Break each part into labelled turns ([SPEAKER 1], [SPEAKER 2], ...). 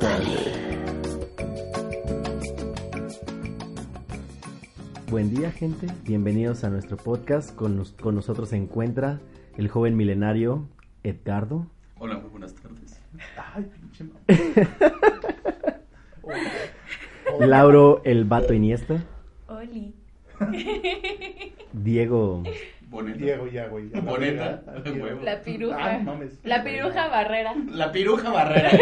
[SPEAKER 1] Dale.
[SPEAKER 2] Buen día gente, bienvenidos a nuestro podcast. Con, nos- con nosotros se encuentra el joven milenario Edgardo.
[SPEAKER 3] Hola, muy buenas tardes.
[SPEAKER 4] Ay, pinche ma-
[SPEAKER 2] Lauro el Vato Iniesta.
[SPEAKER 5] Oli.
[SPEAKER 2] Diego.
[SPEAKER 3] Boneta.
[SPEAKER 4] Diego ya, güey. A la
[SPEAKER 3] Boneta,
[SPEAKER 4] verga, a
[SPEAKER 3] huevo.
[SPEAKER 5] La piruja.
[SPEAKER 4] Ay, Ah, mames.
[SPEAKER 5] La piruja barrera.
[SPEAKER 3] La piruja barrera.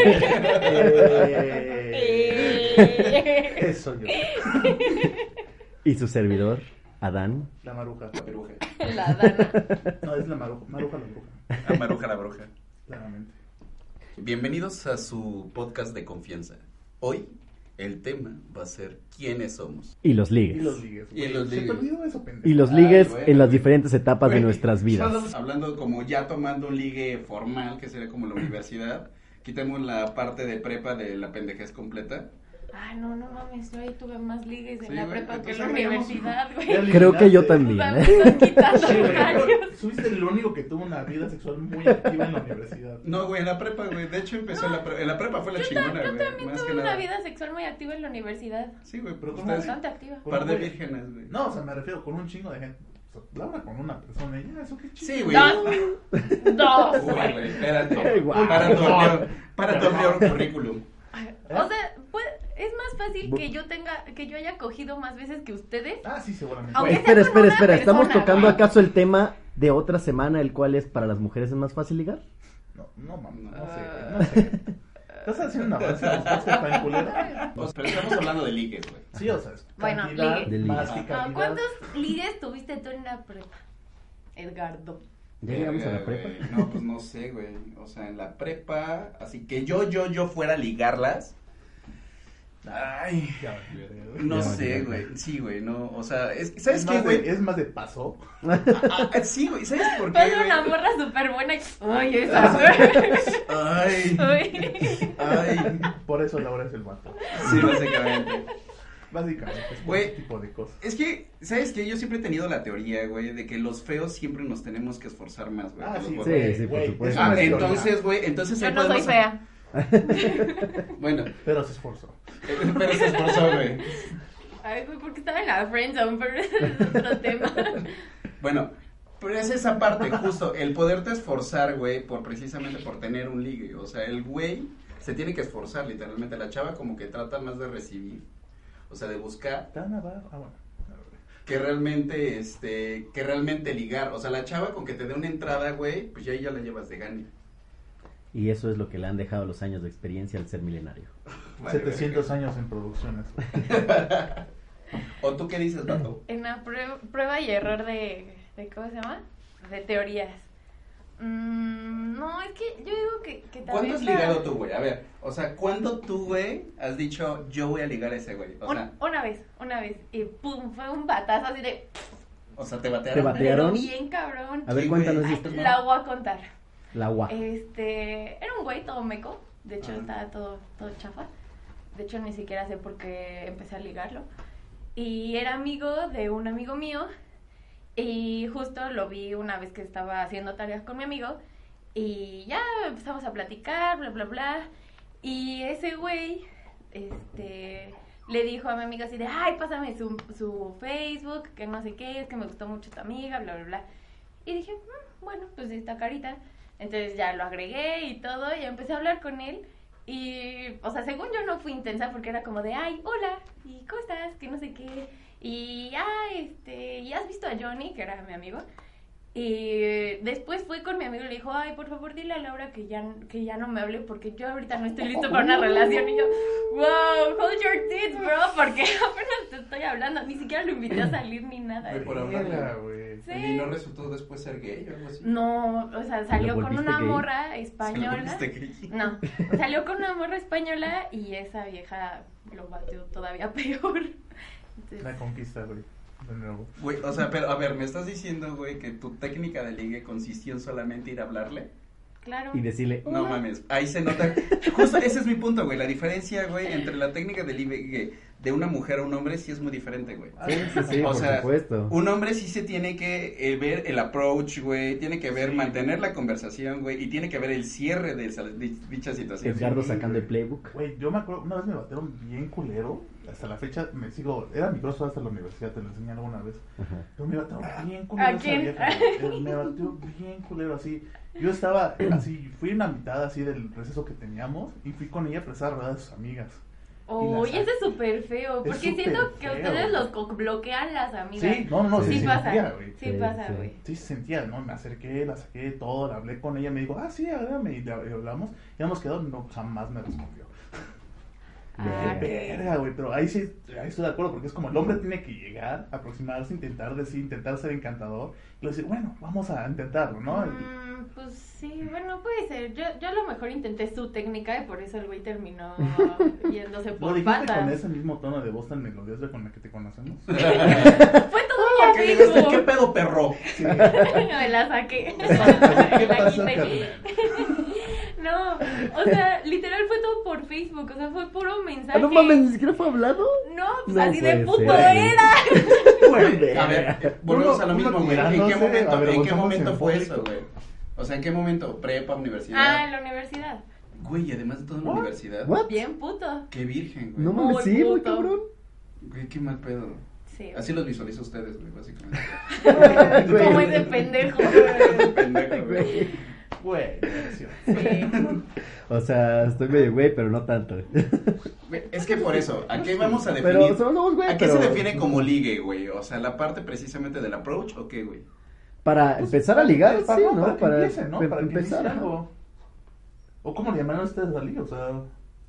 [SPEAKER 4] Eh,
[SPEAKER 5] Eh.
[SPEAKER 4] Eso yo.
[SPEAKER 2] Y su servidor, Adán.
[SPEAKER 4] La maruja.
[SPEAKER 3] la piruja.
[SPEAKER 5] La dana.
[SPEAKER 4] No, es la maruja. Maruja la bruja.
[SPEAKER 3] La maruja, la bruja.
[SPEAKER 4] Claramente.
[SPEAKER 3] Bienvenidos a su podcast de confianza. Hoy el tema va a ser quiénes somos.
[SPEAKER 2] Y los
[SPEAKER 4] Y
[SPEAKER 2] ligues.
[SPEAKER 4] los ligues. güey.
[SPEAKER 3] Y los
[SPEAKER 4] Se
[SPEAKER 3] ligues.
[SPEAKER 4] te olvidó eso, pendejo.
[SPEAKER 2] Y los
[SPEAKER 3] Ay,
[SPEAKER 2] ligues
[SPEAKER 3] bueno,
[SPEAKER 2] en las
[SPEAKER 3] güey.
[SPEAKER 2] diferentes etapas de
[SPEAKER 3] Güey,
[SPEAKER 2] nuestras vidas.
[SPEAKER 3] estamos hablando como ya tomando un ligue formal, que sería como la universidad. Quitemos la parte de prepa de la pendejez completa.
[SPEAKER 5] Ah, no, no mames. Yo ahí tuve más ligues en
[SPEAKER 3] Sí,
[SPEAKER 5] la
[SPEAKER 3] güey,
[SPEAKER 5] prepa que en la
[SPEAKER 3] entonces ya digamos-
[SPEAKER 5] universidad, güey.
[SPEAKER 4] Ya
[SPEAKER 5] O
[SPEAKER 2] Creo que yo
[SPEAKER 4] eliminaste.
[SPEAKER 2] también.
[SPEAKER 5] sea, me
[SPEAKER 2] ¿eh?
[SPEAKER 5] están quitando
[SPEAKER 4] Ah, Sí, güey,
[SPEAKER 5] horarios.
[SPEAKER 4] Fuiste el único que tuvo una vida sexual muy activa en la universidad.
[SPEAKER 3] No, güey, en la prepa, güey. De hecho, empezó en la prepa. En la prepa fue la chingona,
[SPEAKER 5] Yo
[SPEAKER 3] güey.
[SPEAKER 5] también
[SPEAKER 3] Más
[SPEAKER 5] tuve
[SPEAKER 3] que
[SPEAKER 5] una
[SPEAKER 3] nada.
[SPEAKER 5] vida sexual muy activa en la universidad.
[SPEAKER 3] Sí, güey, pero
[SPEAKER 4] Pero
[SPEAKER 3] ustedes.
[SPEAKER 5] Bastante activa.
[SPEAKER 3] Par de
[SPEAKER 4] Güey.
[SPEAKER 3] vírgenes, güey.
[SPEAKER 4] No, o sea, me refiero con un chingo de gente. O sea, Laura con una persona. y Ya, eso qué chido.
[SPEAKER 3] Sí, güey.
[SPEAKER 5] Dos. Dos,
[SPEAKER 3] Uy,
[SPEAKER 5] güey.
[SPEAKER 3] güey, espérate.
[SPEAKER 2] Ay, guau.
[SPEAKER 3] Para tu ampliar- para tu ampliar currículum.
[SPEAKER 5] O sea, pues, es más fácil que yo tenga, que yo haya cogido más veces que ustedes.
[SPEAKER 4] Ah, sí, seguramente.
[SPEAKER 5] Aunque
[SPEAKER 4] Güey,
[SPEAKER 2] Espera,
[SPEAKER 5] sea con
[SPEAKER 2] espera,
[SPEAKER 5] una
[SPEAKER 2] espera. ¿Estamos
[SPEAKER 5] persona,
[SPEAKER 2] tocando
[SPEAKER 5] güey.
[SPEAKER 2] acaso el tema de otra semana, el cual es para las mujeres es más fácil ligar?
[SPEAKER 4] No, no, mames, no sé,
[SPEAKER 5] Ah.
[SPEAKER 4] güey, no sé. Estás haciendo una frase que estás tan culera.
[SPEAKER 3] O sea, pero estamos hablando de ligues, güey.
[SPEAKER 4] Sí, o sea, es
[SPEAKER 5] Bueno,
[SPEAKER 4] cantidad
[SPEAKER 5] ligue.
[SPEAKER 2] De ligue.
[SPEAKER 4] más que
[SPEAKER 3] Ah,
[SPEAKER 4] calidad.
[SPEAKER 5] No, ¿Cuántos ligues tuviste tú en la prepa? Edgardo.
[SPEAKER 2] Ya llegamos a la
[SPEAKER 3] Verga,
[SPEAKER 2] prepa.
[SPEAKER 3] güey. No, pues no sé, güey. O sea, en la prepa, así que yo, yo, yo fuera a ligarlas. Ay,
[SPEAKER 4] Ya valió, güey.
[SPEAKER 3] no
[SPEAKER 2] Ya
[SPEAKER 3] sé,
[SPEAKER 2] valió.
[SPEAKER 3] güey. Sí, güey, no. O sea, es,
[SPEAKER 4] Es
[SPEAKER 3] ¿sabes qué,
[SPEAKER 4] más de-
[SPEAKER 3] güey?
[SPEAKER 4] Es más de paso.
[SPEAKER 3] Ah, ah, sí, güey, ¿sabes por qué?
[SPEAKER 5] Pasa
[SPEAKER 3] güey?
[SPEAKER 5] una morra súper buena. y- Ay, esa. güey.
[SPEAKER 3] Ay,
[SPEAKER 5] Ay.
[SPEAKER 3] ay.
[SPEAKER 4] Por eso Laura es el vato.
[SPEAKER 3] Sí, básicamente.
[SPEAKER 4] Básicamente, es por
[SPEAKER 3] Güey.
[SPEAKER 4] ese tipo de cosas.
[SPEAKER 3] Es que, ¿sabes qué? Yo siempre he tenido la teoría, güey, de que los feos siempre nos tenemos que esforzar más, güey.
[SPEAKER 4] Ah,
[SPEAKER 3] que los
[SPEAKER 4] sí,
[SPEAKER 3] guapos.
[SPEAKER 4] güey,
[SPEAKER 2] sí, por
[SPEAKER 4] güey,
[SPEAKER 2] supuesto.
[SPEAKER 4] es
[SPEAKER 3] Ah,
[SPEAKER 4] una teoría.
[SPEAKER 3] entonces, güey, entonces
[SPEAKER 5] Yo
[SPEAKER 3] ahí
[SPEAKER 5] no soy
[SPEAKER 3] podemos-
[SPEAKER 5] fea.
[SPEAKER 3] Bueno,
[SPEAKER 4] Pero se esforzó.
[SPEAKER 3] eh, pero se esforzó, güey.
[SPEAKER 5] Ay, güey, porque estaba en la friendzone, pero ese es otro tema.
[SPEAKER 3] Bueno, pero es esa parte, justo, el poderte esforzar, güey, por precisamente por tener un ligue. O sea, el güey se tiene que esforzar, literalmente. La chava como que trata más de recibir. O sea, de buscar
[SPEAKER 4] Tan abajo. Ah, bueno. A ver, güey.
[SPEAKER 3] que realmente, este, que realmente ligar. O sea, la chava con que te dé una entrada, güey, pues ya ahí ya la llevas de gane.
[SPEAKER 2] Y eso es lo que le han dejado los años de experiencia al ser milenario.
[SPEAKER 3] Vale,
[SPEAKER 4] 700
[SPEAKER 3] verga.
[SPEAKER 4] años en producciones.
[SPEAKER 3] ¿O tú qué dices, vato?
[SPEAKER 5] En la prue- prueba y error de, de. ¿Cómo se llama? De teorías. Mm, no, es que yo digo que, que también.
[SPEAKER 3] ¿Cuándo has
[SPEAKER 5] la-
[SPEAKER 3] ligado tú, güey? A ver, o sea, ¿cuándo tú, güey, has dicho, yo voy a ligar a ese güey? O sea,
[SPEAKER 5] Una, una vez, una vez. Y pum, fue un batazo así de.
[SPEAKER 3] o sea te batearon.
[SPEAKER 2] Te batearon.
[SPEAKER 5] pero Bien cabrón.
[SPEAKER 2] A ver,
[SPEAKER 3] Sí,
[SPEAKER 2] cuéntanos
[SPEAKER 3] güey. Ah, pues,
[SPEAKER 5] Ay,
[SPEAKER 2] esto.
[SPEAKER 5] la voy a contar.
[SPEAKER 2] La agua.
[SPEAKER 5] Este, era un güey todo meco, de hecho
[SPEAKER 3] Ajá.
[SPEAKER 5] estaba todo, todo chafa. De hecho ni siquiera sé por qué empecé a ligarlo. Y era amigo de un amigo mío y justo lo vi una vez que estaba haciendo tareas con mi amigo y ya empezamos a platicar, bla, bla, bla. Y ese güey, este, le dijo a mi amiga así de, ay, pásame su, su Facebook, que no sé qué, es que me gustó mucho tu amiga, bla, bla, bla. Y dije, "Mm, bueno, pues esta carita. Entonces ya lo agregué y todo, y empecé a hablar con él. Y, o sea, según yo no fui intensa porque era como de, ay, hola, y cómo estás, que no sé qué. Y, ah, este, ¿y has visto a Johnny, que era mi amigo? Y después fui con mi amigo y le dijo, ay, por favor, dile a Laura que ya, que ya no me hable porque yo ahorita no estoy listo para una relación. Y yo, wow, hold your tits, bro, porque apenas te estoy hablando. Ni siquiera lo invité a salir ni nada.
[SPEAKER 3] Ay, por hablarle.
[SPEAKER 4] Verga, güey.
[SPEAKER 5] Sí.
[SPEAKER 3] ¿Y no resultó después ser gay o algo así?
[SPEAKER 5] Mm, No, o sea,
[SPEAKER 2] ¿Lo
[SPEAKER 5] salió con
[SPEAKER 2] volviste
[SPEAKER 5] una
[SPEAKER 2] gay?
[SPEAKER 5] morra
[SPEAKER 3] ¿Se lo
[SPEAKER 5] española.
[SPEAKER 3] volviste gay?
[SPEAKER 5] No, salió con una morra española y esa vieja lo batió todavía peor. Entonces,
[SPEAKER 4] La conquista, güey. De nuevo.
[SPEAKER 3] Güey, o sea, pero a ver, me estás diciendo, güey, que tu técnica de ligue consistió en solamente ir a hablarle.
[SPEAKER 5] claro.
[SPEAKER 2] Y decirle,
[SPEAKER 3] No
[SPEAKER 5] Hola.
[SPEAKER 3] mames, ahí se nota. Justo ese es mi punto, güey. La diferencia, güey, entre la técnica de ligue de una mujer a un hombre sí es muy diferente, güey.
[SPEAKER 2] Sí, sí, sí,
[SPEAKER 3] O
[SPEAKER 2] por
[SPEAKER 3] sea,
[SPEAKER 2] supuesto.
[SPEAKER 3] Un hombre sí se tiene que eh, ver el approach, güey, tiene que ver mantener la conversación, güey, y tiene que ver el cierre de, esa- de dicha situación.
[SPEAKER 2] Edgardo
[SPEAKER 4] sí,
[SPEAKER 2] sacando
[SPEAKER 4] güey.
[SPEAKER 2] el playbook.
[SPEAKER 4] Güey, yo me acuerdo, una vez me batieron bien culero. Hasta la fecha me sigo. Era mi crossover hasta la universidad, te lo enseñé alguna vez.
[SPEAKER 2] Ajá.
[SPEAKER 4] Pero me bateó bien culero.
[SPEAKER 5] Ah, ¿A
[SPEAKER 4] esa
[SPEAKER 5] quién?
[SPEAKER 4] vieja, güey. Eh, me bateó bien culero así. Yo estaba así, fui una mitad así del receso que teníamos y fui con ella a rezar rueda de sus amigas.
[SPEAKER 5] Uy,
[SPEAKER 4] Y las-
[SPEAKER 5] ese es súper feo.
[SPEAKER 4] Es
[SPEAKER 5] Porque
[SPEAKER 4] súper
[SPEAKER 5] siento que
[SPEAKER 4] feo.
[SPEAKER 5] ustedes los co- bloquean las amigas.
[SPEAKER 4] Sí, no, no, no,
[SPEAKER 2] Sí,
[SPEAKER 4] sí,
[SPEAKER 5] Sí
[SPEAKER 4] se sentía,
[SPEAKER 5] pasa.
[SPEAKER 4] güey.
[SPEAKER 5] Sí
[SPEAKER 2] Sí,
[SPEAKER 5] pasa,
[SPEAKER 2] sí.
[SPEAKER 5] güey.
[SPEAKER 4] Sí se sentía, ¿no? Me acerqué, la saqué todo, la hablé con ella, me dijo, ah, sí, agrégame, y le y hablamos, y hemos quedado, no, jamás me respondió.
[SPEAKER 5] Ah,
[SPEAKER 2] Verga.
[SPEAKER 4] Verga, güey, pero ahí sí, ahí estoy de acuerdo, porque es como el hombre tiene que llegar, aproximarse, intentar decir, intentar ser encantador, y decir, bueno, vamos a intentarlo, ¿no?
[SPEAKER 5] Mm, pues sí, bueno, puede ser. Yo, yo a lo mejor intenté su técnica y por eso el güey terminó yéndose
[SPEAKER 4] Lo
[SPEAKER 5] por
[SPEAKER 4] dijiste con
[SPEAKER 5] patas.
[SPEAKER 4] ese mismo tono de voz tan melodiosa con la que te conocemos.
[SPEAKER 5] Fue todo
[SPEAKER 3] Porque llegaste, ¿Qué
[SPEAKER 5] lo mismo.
[SPEAKER 3] pedo, perro?
[SPEAKER 4] Sí.
[SPEAKER 5] Me la saqué.
[SPEAKER 4] ¿Qué
[SPEAKER 5] Me la
[SPEAKER 4] pasó,
[SPEAKER 5] quité.
[SPEAKER 4] carnal?
[SPEAKER 5] No, o sea, literal fue todo por Facebook. O sea, fue puro mensaje.
[SPEAKER 2] Ah, no mames, ni siquiera fue hablado.
[SPEAKER 5] No, pues
[SPEAKER 2] No
[SPEAKER 5] así de
[SPEAKER 2] puede
[SPEAKER 5] puto
[SPEAKER 2] ser.
[SPEAKER 5] era.
[SPEAKER 3] Güey, a ver, eh, volvemos
[SPEAKER 4] Uno-
[SPEAKER 3] a lo
[SPEAKER 4] uno
[SPEAKER 3] mismo, güey. ¿En qué
[SPEAKER 4] tirándose,
[SPEAKER 3] momento,
[SPEAKER 4] a ver,
[SPEAKER 3] ¿en qué
[SPEAKER 4] volvemos
[SPEAKER 3] momento
[SPEAKER 4] en
[SPEAKER 3] fue
[SPEAKER 4] público.
[SPEAKER 3] eso, güey? O sea, ¿en qué momento? ¿Prepa,
[SPEAKER 5] Ah,
[SPEAKER 3] universidad?
[SPEAKER 5] en la universidad.
[SPEAKER 3] Güey, además de todo en la
[SPEAKER 4] What?
[SPEAKER 3] universidad.
[SPEAKER 2] What?
[SPEAKER 5] Bien puto.
[SPEAKER 3] Qué virgen, güey.
[SPEAKER 2] No mames,
[SPEAKER 5] Muy
[SPEAKER 2] sí, muy
[SPEAKER 5] puto.
[SPEAKER 2] cabrón.
[SPEAKER 3] Güey, qué mal pedo.
[SPEAKER 5] Sí.
[SPEAKER 3] Así los visualizo a ustedes, güey, básicamente.
[SPEAKER 2] Güey.
[SPEAKER 5] Como ese pendejo.
[SPEAKER 3] Pendejo, güey.
[SPEAKER 2] Güey.
[SPEAKER 4] Güey, gracias.
[SPEAKER 5] Sí.
[SPEAKER 2] O sea, estoy medio güey, pero no tanto.
[SPEAKER 3] Güey, Es que por eso, ¿a qué vamos a definir?
[SPEAKER 2] Pero solo somos güey.
[SPEAKER 3] ¿A qué se
[SPEAKER 2] pero-
[SPEAKER 3] define como ligue, güey? O sea, la parte precisamente del approach o qué, güey.
[SPEAKER 2] Para empezar a ligar,
[SPEAKER 4] Pues, para,
[SPEAKER 2] sí,
[SPEAKER 4] no,
[SPEAKER 2] ¿no?
[SPEAKER 4] Para, que empiece, ¿no?
[SPEAKER 2] pe-
[SPEAKER 4] Para que
[SPEAKER 2] empezar.
[SPEAKER 4] empiece
[SPEAKER 2] ajá.
[SPEAKER 4] algo. ¿O cómo le llamaron ustedes al ligue? O sea,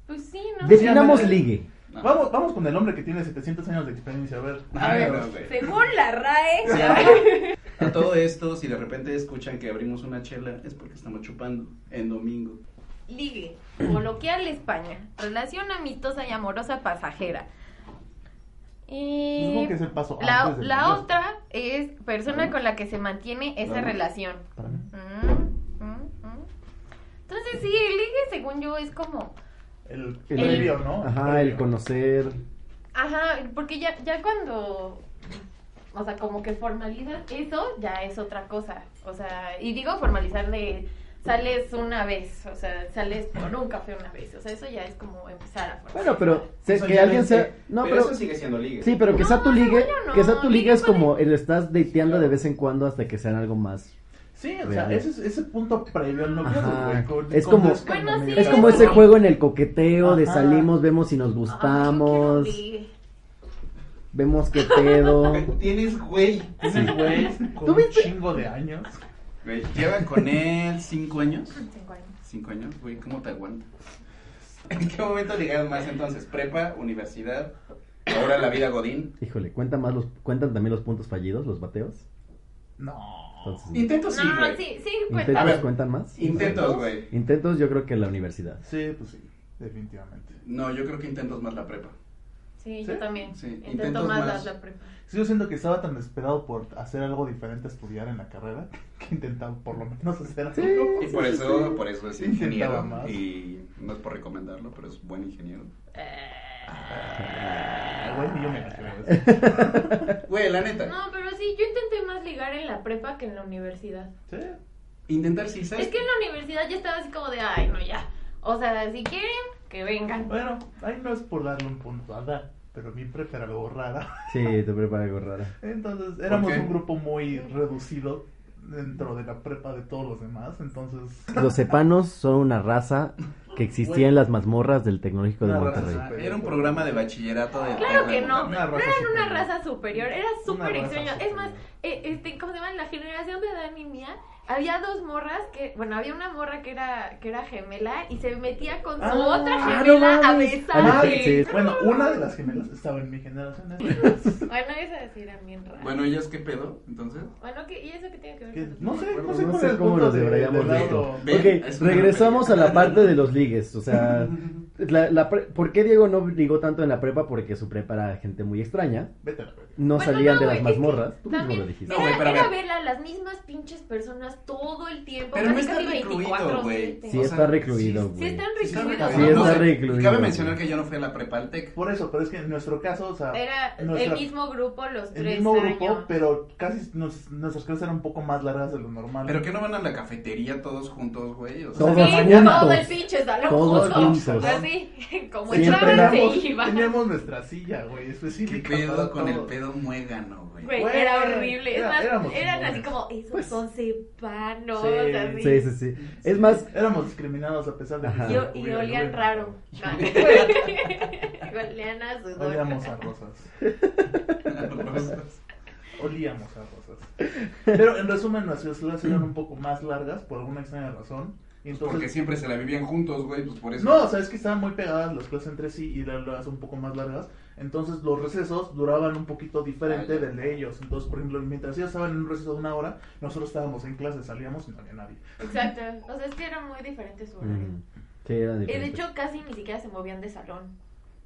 [SPEAKER 5] Pues sí, ¿no?
[SPEAKER 2] Definamos
[SPEAKER 4] Sí, ándale.
[SPEAKER 2] ligue.
[SPEAKER 3] No.
[SPEAKER 4] vamos, vamos con el hombre que tiene 700 años de experiencia, a ver.
[SPEAKER 5] A ver,
[SPEAKER 3] No, güey.
[SPEAKER 5] según la RAE.
[SPEAKER 3] Sí, a- a todo esto, si de repente escuchan que abrimos una chela, es porque estamos chupando en domingo.
[SPEAKER 5] Ligue, coloquial España, relación amistosa y amorosa pasajera. Y
[SPEAKER 4] Supongo que es el paso
[SPEAKER 5] la,
[SPEAKER 4] antes del
[SPEAKER 5] la
[SPEAKER 4] noviazgo.
[SPEAKER 5] otra es persona con la que se mantiene esa
[SPEAKER 3] Claro.
[SPEAKER 5] relación.
[SPEAKER 2] Para mí.
[SPEAKER 5] Mm, mm, mm. Entonces sí, el ligue según yo es como,
[SPEAKER 4] El,
[SPEAKER 2] El-
[SPEAKER 4] previo, ¿no?
[SPEAKER 2] Ajá, el
[SPEAKER 4] previo.
[SPEAKER 2] conocer.
[SPEAKER 5] ajá, porque ya, ya cuando, o sea, como que formalizas eso, ya es otra cosa. O sea, y digo formalizar de sales una vez, o sea, sales por un café una vez, o sea, eso ya es como empezar a formalizar.
[SPEAKER 2] Bueno, pero se-
[SPEAKER 3] Eso
[SPEAKER 2] que
[SPEAKER 3] ya
[SPEAKER 2] alguien
[SPEAKER 3] no
[SPEAKER 2] sea.
[SPEAKER 3] sé,
[SPEAKER 2] No,
[SPEAKER 3] pero,
[SPEAKER 2] pero.
[SPEAKER 3] eso sigue siendo ligue.
[SPEAKER 2] Sí, pero que sea tu
[SPEAKER 5] No,
[SPEAKER 2] ligue.
[SPEAKER 5] según yo no.
[SPEAKER 2] Que sea tu ligue
[SPEAKER 5] Ligue
[SPEAKER 2] es
[SPEAKER 5] puede-
[SPEAKER 2] como el estás dateando de vez en cuando hasta que sean algo más.
[SPEAKER 4] Sí, o sea,
[SPEAKER 2] Real.
[SPEAKER 4] ese es ese punto previo al noviazgo,
[SPEAKER 2] Ajá.
[SPEAKER 4] güey. con-
[SPEAKER 2] Es
[SPEAKER 4] con
[SPEAKER 2] como-
[SPEAKER 4] dos cuando
[SPEAKER 5] Bueno,
[SPEAKER 4] me
[SPEAKER 5] sí,
[SPEAKER 2] Es
[SPEAKER 4] llegaron.
[SPEAKER 2] como ese
[SPEAKER 5] Ajá.
[SPEAKER 2] juego en el coqueteo de
[SPEAKER 4] Ajá.
[SPEAKER 2] salimos, vemos si nos
[SPEAKER 5] Ay, yo quiero un
[SPEAKER 2] gustamos,
[SPEAKER 5] ligue.
[SPEAKER 2] vemos qué pedo.
[SPEAKER 3] Tienes, güey.
[SPEAKER 4] Tienes güey con
[SPEAKER 2] ¿Tú
[SPEAKER 4] un
[SPEAKER 2] viste?
[SPEAKER 4] chingo de años.
[SPEAKER 3] Güey, llevan con él cinco años.
[SPEAKER 5] Cinco años.
[SPEAKER 3] Cinco años, güey, ¿cómo te aguanta? ¿En qué momento ligaron más entonces? ¿Prepa? ¿Universidad? ¿Ahora la vida Godín?
[SPEAKER 2] Híjole, cuenta más los, cuentan también los puntos fallidos, los bateos.
[SPEAKER 4] No.
[SPEAKER 2] Entonces,
[SPEAKER 3] Intento sí,
[SPEAKER 5] no,
[SPEAKER 3] güey.
[SPEAKER 5] sí, sí,
[SPEAKER 2] intentos
[SPEAKER 5] cuenta.
[SPEAKER 3] A ver,
[SPEAKER 2] cuentan más.
[SPEAKER 3] Intentos, güey.
[SPEAKER 2] Intentos, yo creo que la universidad.
[SPEAKER 4] Sí, pues sí, definitivamente.
[SPEAKER 3] No, yo creo que intentos más la prepa.
[SPEAKER 5] Sí,
[SPEAKER 4] ¿Sí?
[SPEAKER 5] yo también.
[SPEAKER 3] Sí,
[SPEAKER 5] Intento
[SPEAKER 3] intentos
[SPEAKER 5] más,
[SPEAKER 3] más.
[SPEAKER 5] la, la prepa.
[SPEAKER 4] Sí, yo siento que estaba tan desesperado por hacer algo diferente a estudiar en la carrera que intentaba por lo menos hacer algo.
[SPEAKER 3] Y por eso,
[SPEAKER 4] pues,
[SPEAKER 3] por eso es
[SPEAKER 4] Intentaba
[SPEAKER 3] ingeniero.
[SPEAKER 4] más.
[SPEAKER 3] Y no es por recomendarlo, pero es buen ingeniero.
[SPEAKER 5] Eh,
[SPEAKER 4] Ah, güey, ni yo me la creo. ¿sí?
[SPEAKER 3] Güey, la neta.
[SPEAKER 5] No, pero sí, yo intenté más ligar en la prepa que en la universidad.
[SPEAKER 4] Sí.
[SPEAKER 3] Intentar sí, ¿sabes?
[SPEAKER 5] Es que en la universidad ya estaba así como de, ay, no, ya. O sea, si quieren, que vengan.
[SPEAKER 4] Bueno, ahí no es por darle un punto a dar, pero mi prepa era algo rara.
[SPEAKER 2] Sí, te prepara algo raro.
[SPEAKER 4] Entonces, éramos
[SPEAKER 3] qué?
[SPEAKER 4] un grupo muy reducido dentro de la prepa de todos los demás, entonces...
[SPEAKER 2] Los cepanos son una raza que existía en las mazmorras del Tecnológico de
[SPEAKER 4] Una raza
[SPEAKER 2] Monterrey.
[SPEAKER 4] super-
[SPEAKER 3] Era un programa de bachillerato de.
[SPEAKER 5] Claro que no, no
[SPEAKER 4] Una raza
[SPEAKER 5] eran una
[SPEAKER 4] superior.
[SPEAKER 5] raza superior, era súper
[SPEAKER 4] raza
[SPEAKER 5] extraño. Es
[SPEAKER 4] superior.
[SPEAKER 5] más, eh, este, ¿cómo se llama? En La generación de Dani y mía, había dos morras que, bueno, había una morra que era, que era gemela y se metía con su
[SPEAKER 4] Ah,
[SPEAKER 5] otra
[SPEAKER 4] no
[SPEAKER 5] gemela a
[SPEAKER 2] mames. Ah,
[SPEAKER 5] besarse.
[SPEAKER 2] sí, sí.
[SPEAKER 4] Bueno, una de las gemelas estaba en mi generación. ¿eh?
[SPEAKER 5] Bueno, esas sí eran bien raras.
[SPEAKER 3] Bueno, ¿y ellos qué pedo? Entonces.
[SPEAKER 5] Bueno, ¿qué- ¿y eso qué tiene que ver
[SPEAKER 4] Que-
[SPEAKER 5] con tu-
[SPEAKER 4] no sé, no sé
[SPEAKER 2] No
[SPEAKER 4] cuál
[SPEAKER 2] sé
[SPEAKER 4] es el
[SPEAKER 2] cómo
[SPEAKER 4] punto
[SPEAKER 2] nos
[SPEAKER 4] de-
[SPEAKER 2] debrayamos
[SPEAKER 4] de
[SPEAKER 2] de esto.
[SPEAKER 4] lado.
[SPEAKER 3] Ve,
[SPEAKER 2] Ok,
[SPEAKER 3] es una
[SPEAKER 2] regresamos a
[SPEAKER 3] pelea.
[SPEAKER 2] la parte de los ligues. O sea, la, la pre- ¿por qué Diego no ligó tanto en la prepa? Porque su prepa era gente muy extraña.
[SPEAKER 4] Vete a la verga.
[SPEAKER 2] no
[SPEAKER 5] Bueno,
[SPEAKER 2] salían de
[SPEAKER 5] Pues no, güey,
[SPEAKER 2] las
[SPEAKER 5] es que
[SPEAKER 2] mazmorras. Tú mismo
[SPEAKER 5] También
[SPEAKER 2] lo dijiste.
[SPEAKER 3] No, güey,
[SPEAKER 5] era,
[SPEAKER 3] pero a
[SPEAKER 5] era
[SPEAKER 3] ver.
[SPEAKER 5] verla a las mismas pinches personas todo el tiempo.
[SPEAKER 3] Pero no
[SPEAKER 5] casi,
[SPEAKER 3] está
[SPEAKER 5] casi
[SPEAKER 3] recluido, güey.
[SPEAKER 5] 24/7.
[SPEAKER 2] Sí,
[SPEAKER 3] O
[SPEAKER 2] está
[SPEAKER 3] sea,
[SPEAKER 2] recluido,
[SPEAKER 3] sí,
[SPEAKER 5] Sí,
[SPEAKER 2] güey.
[SPEAKER 5] están
[SPEAKER 3] está
[SPEAKER 5] recluidos.
[SPEAKER 2] Sí,
[SPEAKER 3] No,
[SPEAKER 2] está
[SPEAKER 3] sí.
[SPEAKER 2] recluido,
[SPEAKER 3] Y cabe
[SPEAKER 2] güey.
[SPEAKER 3] mencionar que yo no fui a la prepaltec.
[SPEAKER 4] Por eso, pero es que en nuestro caso, o sea,
[SPEAKER 5] Era
[SPEAKER 4] nuestra-
[SPEAKER 5] el mismo grupo los
[SPEAKER 4] el
[SPEAKER 5] tres
[SPEAKER 4] mismo grupo,
[SPEAKER 5] años.
[SPEAKER 4] pero casi nos- nuestras clases eran un poco más largas de lo normal.
[SPEAKER 3] ¿Pero que no van a la cafetería todos juntos, güey? O sea,
[SPEAKER 2] Todos
[SPEAKER 5] Sí,
[SPEAKER 2] juntos.
[SPEAKER 5] todo el pinche salón
[SPEAKER 2] Todos
[SPEAKER 5] junto.
[SPEAKER 2] juntos.
[SPEAKER 5] Así, como
[SPEAKER 2] Siempre
[SPEAKER 5] entraban, Pues se
[SPEAKER 4] teníamos,
[SPEAKER 5] iban.
[SPEAKER 4] teníamos nuestra silla, güey,
[SPEAKER 3] ¿Qué
[SPEAKER 4] específica.
[SPEAKER 3] pedo
[SPEAKER 4] para
[SPEAKER 3] con el
[SPEAKER 4] todo.
[SPEAKER 3] pedo muégano, güey?
[SPEAKER 5] Güey,
[SPEAKER 4] Güey,
[SPEAKER 5] era horrible. Es
[SPEAKER 4] era-
[SPEAKER 5] más,
[SPEAKER 4] éramos
[SPEAKER 5] eran así
[SPEAKER 4] pobres.
[SPEAKER 5] como, esos son cebanos.
[SPEAKER 4] Sí.
[SPEAKER 5] así.
[SPEAKER 2] Sí, sí, sí. Es más,
[SPEAKER 4] Éramos discriminados a pesar de que...
[SPEAKER 2] Ajá.
[SPEAKER 5] Y,
[SPEAKER 4] hubiera-
[SPEAKER 5] y
[SPEAKER 4] hubiera-
[SPEAKER 5] olían
[SPEAKER 4] hubiera-
[SPEAKER 5] raro. No. olían a sudor.
[SPEAKER 4] Olíamos a rosas.
[SPEAKER 3] Rosas.
[SPEAKER 4] Olíamos a rosas. Pero en resumen, nuestras clases eran un poco más largas por alguna extraña razón. Y
[SPEAKER 3] Porque
[SPEAKER 4] entonces...
[SPEAKER 3] siempre se la vivían juntos, güey, pues por eso.
[SPEAKER 4] No, o sea, es que estaban muy pegadas las clases entre sí y las las un poco más largas. Entonces los recesos duraban un poquito diferente
[SPEAKER 3] Ah, ya.
[SPEAKER 4] del de ellos. Entonces, por ejemplo, mientras ellos estaban en un receso de una hora, nosotros estábamos en clase, salíamos y no había nadie.
[SPEAKER 5] Exacto. O sea, es que eran muy diferentes su horario.
[SPEAKER 2] mm, sí, era
[SPEAKER 5] Y de
[SPEAKER 2] diferente.
[SPEAKER 5] hecho, casi ni siquiera se movían de salón.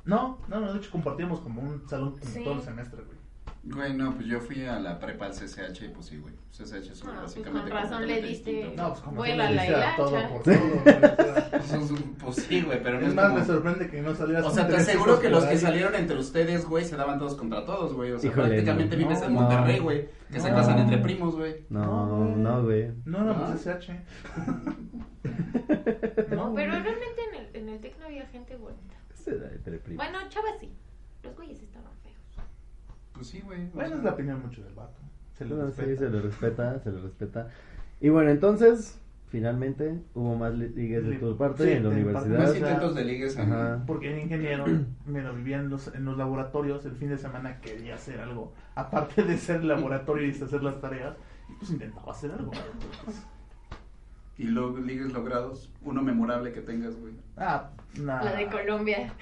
[SPEAKER 4] No, no, no, de hecho compartíamos como un salón como
[SPEAKER 5] Sí.
[SPEAKER 4] todo el semestre, güey.
[SPEAKER 3] Güey, no, pues yo fui a la prepa al CCH y pues sí, güey. CCH es
[SPEAKER 5] Ah, pues,
[SPEAKER 3] básicamente.
[SPEAKER 5] con razón le
[SPEAKER 3] completamente
[SPEAKER 5] diste.
[SPEAKER 3] distinto,
[SPEAKER 4] No,
[SPEAKER 3] güey.
[SPEAKER 4] pues como
[SPEAKER 5] Vuela
[SPEAKER 4] que
[SPEAKER 5] la
[SPEAKER 4] hiciste
[SPEAKER 5] hilacha.
[SPEAKER 4] todo por todo, güey, o sea.
[SPEAKER 3] Pues, es un- pues sí, güey, pero no
[SPEAKER 4] es
[SPEAKER 3] es
[SPEAKER 4] más,
[SPEAKER 3] como-
[SPEAKER 4] me sorprende que no salieras
[SPEAKER 3] O
[SPEAKER 4] con
[SPEAKER 3] sea, te
[SPEAKER 4] tres
[SPEAKER 3] aseguro
[SPEAKER 4] hijos
[SPEAKER 3] que los
[SPEAKER 4] por
[SPEAKER 3] que
[SPEAKER 4] ahí.
[SPEAKER 3] salieron entre ustedes, güey, se daban todos contra todos, güey. O sea,
[SPEAKER 2] Híjole,
[SPEAKER 3] prácticamente
[SPEAKER 2] no.
[SPEAKER 3] vives en
[SPEAKER 4] No,
[SPEAKER 3] Monterrey, güey, que se
[SPEAKER 4] no.
[SPEAKER 3] casan entre primos, güey.
[SPEAKER 2] No, no, güey.
[SPEAKER 4] No, no,
[SPEAKER 3] Ah.
[SPEAKER 4] pues SH.
[SPEAKER 5] No, pero
[SPEAKER 4] güey.
[SPEAKER 5] realmente en el, en el TEC no había gente bonita.
[SPEAKER 2] Se da entre primos.
[SPEAKER 5] Bueno, chavas sí. Los güeyes estaban feos.
[SPEAKER 3] Pues sí, güey. o
[SPEAKER 4] Bueno,
[SPEAKER 3] sea.
[SPEAKER 4] es la opinión mucho del vato. Se lo
[SPEAKER 2] No, sí,
[SPEAKER 4] respeta.
[SPEAKER 2] se le respeta, se le respeta. Y bueno, entonces, finalmente, hubo más li- ligues de
[SPEAKER 4] Li-
[SPEAKER 2] tu parte
[SPEAKER 4] sí,
[SPEAKER 2] en la
[SPEAKER 4] de mi
[SPEAKER 2] universidad.
[SPEAKER 4] parte.
[SPEAKER 3] Más
[SPEAKER 4] o sea,
[SPEAKER 3] intentos de ligues.
[SPEAKER 2] Ajá.
[SPEAKER 4] Porque el ingeniero, me lo vivía en los, en los laboratorios, el fin de semana quería hacer algo. Aparte de ser laboratorio y hacer las tareas, pues intentaba hacer algo.
[SPEAKER 3] Y luego ligues logrados. Uno memorable que tengas, güey.
[SPEAKER 4] Ah, nada.
[SPEAKER 5] La de Colombia.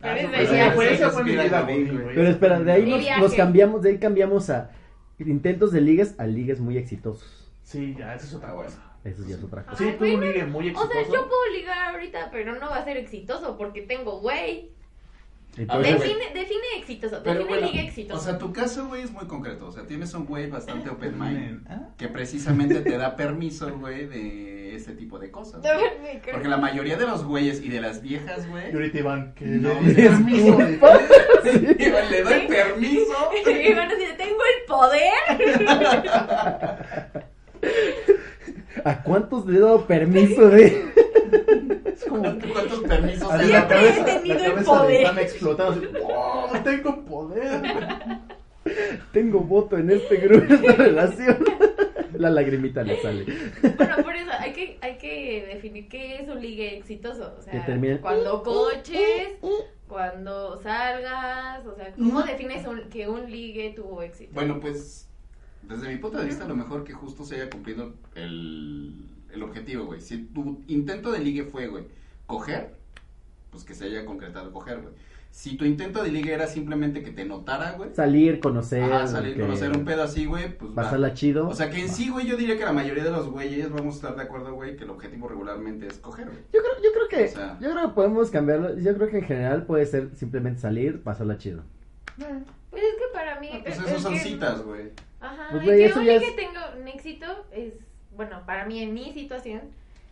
[SPEAKER 4] Ah,
[SPEAKER 5] Pero
[SPEAKER 4] eso
[SPEAKER 5] es
[SPEAKER 4] fue-
[SPEAKER 5] de viaje.
[SPEAKER 4] fue- esa
[SPEAKER 3] Eso
[SPEAKER 4] fue
[SPEAKER 3] es
[SPEAKER 4] mi
[SPEAKER 3] vida
[SPEAKER 4] vida,
[SPEAKER 3] godín,
[SPEAKER 4] godín,
[SPEAKER 3] güey.
[SPEAKER 2] Pero espera, de ahí
[SPEAKER 5] Y
[SPEAKER 2] nos,
[SPEAKER 5] viaje.
[SPEAKER 2] nos cambiamos, de ahí cambiamos a intentos de ligues a ligues muy exitosos.
[SPEAKER 4] Sí, ya, eso es otra cosa.
[SPEAKER 2] Eso ya es otra cosa.
[SPEAKER 5] Ay,
[SPEAKER 4] Sí, tuve
[SPEAKER 5] güey,
[SPEAKER 4] un
[SPEAKER 5] no-
[SPEAKER 4] ligue muy
[SPEAKER 5] O
[SPEAKER 4] exitoso.
[SPEAKER 5] sea, yo puedo ligar ahorita, pero no va a ser exitoso porque tengo güey. Ah,
[SPEAKER 3] Oye,
[SPEAKER 2] Entonces,
[SPEAKER 3] güey.
[SPEAKER 5] Define, define exitoso,
[SPEAKER 3] Pero
[SPEAKER 5] define
[SPEAKER 3] bueno,
[SPEAKER 5] liga
[SPEAKER 3] o
[SPEAKER 5] exitosa.
[SPEAKER 3] sea, tu caso, güey, es muy concreto. O sea, tienes un güey bastante open mind
[SPEAKER 4] Ah,
[SPEAKER 3] que precisamente te da permiso, güey, de este tipo de cosas.
[SPEAKER 5] No,
[SPEAKER 3] güey.
[SPEAKER 5] me creo.
[SPEAKER 3] Porque la mayoría de los güeyes y de las viejas, güey,
[SPEAKER 4] Y ahorita Iván, que
[SPEAKER 3] No,
[SPEAKER 4] le di permiso de-
[SPEAKER 3] le doy permiso.
[SPEAKER 5] Y van a decir, tengo el poder.
[SPEAKER 2] ¿a cuántos le he dado permiso de...?
[SPEAKER 4] Es como
[SPEAKER 3] ¿Cuántos permisos
[SPEAKER 4] Así
[SPEAKER 3] te
[SPEAKER 5] Siempre
[SPEAKER 4] la
[SPEAKER 3] da?
[SPEAKER 4] cabeza-
[SPEAKER 5] he tenido
[SPEAKER 4] la
[SPEAKER 5] el
[SPEAKER 4] cabeza de
[SPEAKER 5] poder.
[SPEAKER 4] Iván explotando, así, ¡Wow! Tengo poder.
[SPEAKER 2] Tengo voto en este grupo, en esta relación. La lagrimita le sale.
[SPEAKER 5] Bueno, por eso hay que, hay que definir qué es un ligue exitoso. O sea,
[SPEAKER 2] Que termine- Uh,
[SPEAKER 5] cuando coches, cuando salgas, o sea, ¿cómo defines un- que un ligue tuvo éxito?
[SPEAKER 3] Mm. Bueno, pues, desde mi punto de vista, a lo mejor que justo se haya cumplido el, el objetivo, güey. Si tu intento de ligue fue, güey, coger, pues que se haya concretado coger, güey. Si tu intento de ligue era simplemente que te notara, güey,
[SPEAKER 2] Salir, conocer...
[SPEAKER 3] ajá, salir,
[SPEAKER 2] que-
[SPEAKER 3] conocer un pedo así, güey, pues va.
[SPEAKER 2] Pasarla chido.
[SPEAKER 3] O sea que en sí, güey, yo diría que la mayoría de los güeyes vamos a estar de acuerdo, güey, que el objetivo regularmente es coger, güey.
[SPEAKER 2] Yo creo, yo creo que
[SPEAKER 3] O sea-
[SPEAKER 2] yo creo que podemos cambiarlo. Yo creo que en general puede ser simplemente salir, pasarla chido.
[SPEAKER 5] Pues es que para mí.
[SPEAKER 3] Pues
[SPEAKER 5] es-
[SPEAKER 3] esos
[SPEAKER 5] es
[SPEAKER 3] son
[SPEAKER 5] que-
[SPEAKER 3] citas, güey.
[SPEAKER 5] Ajá.
[SPEAKER 2] Pues,
[SPEAKER 5] y
[SPEAKER 2] güey,
[SPEAKER 5] que
[SPEAKER 2] eso
[SPEAKER 5] un
[SPEAKER 2] ya
[SPEAKER 5] ligue
[SPEAKER 2] es-
[SPEAKER 5] tenga un éxito es. Bueno, para mí en mi situación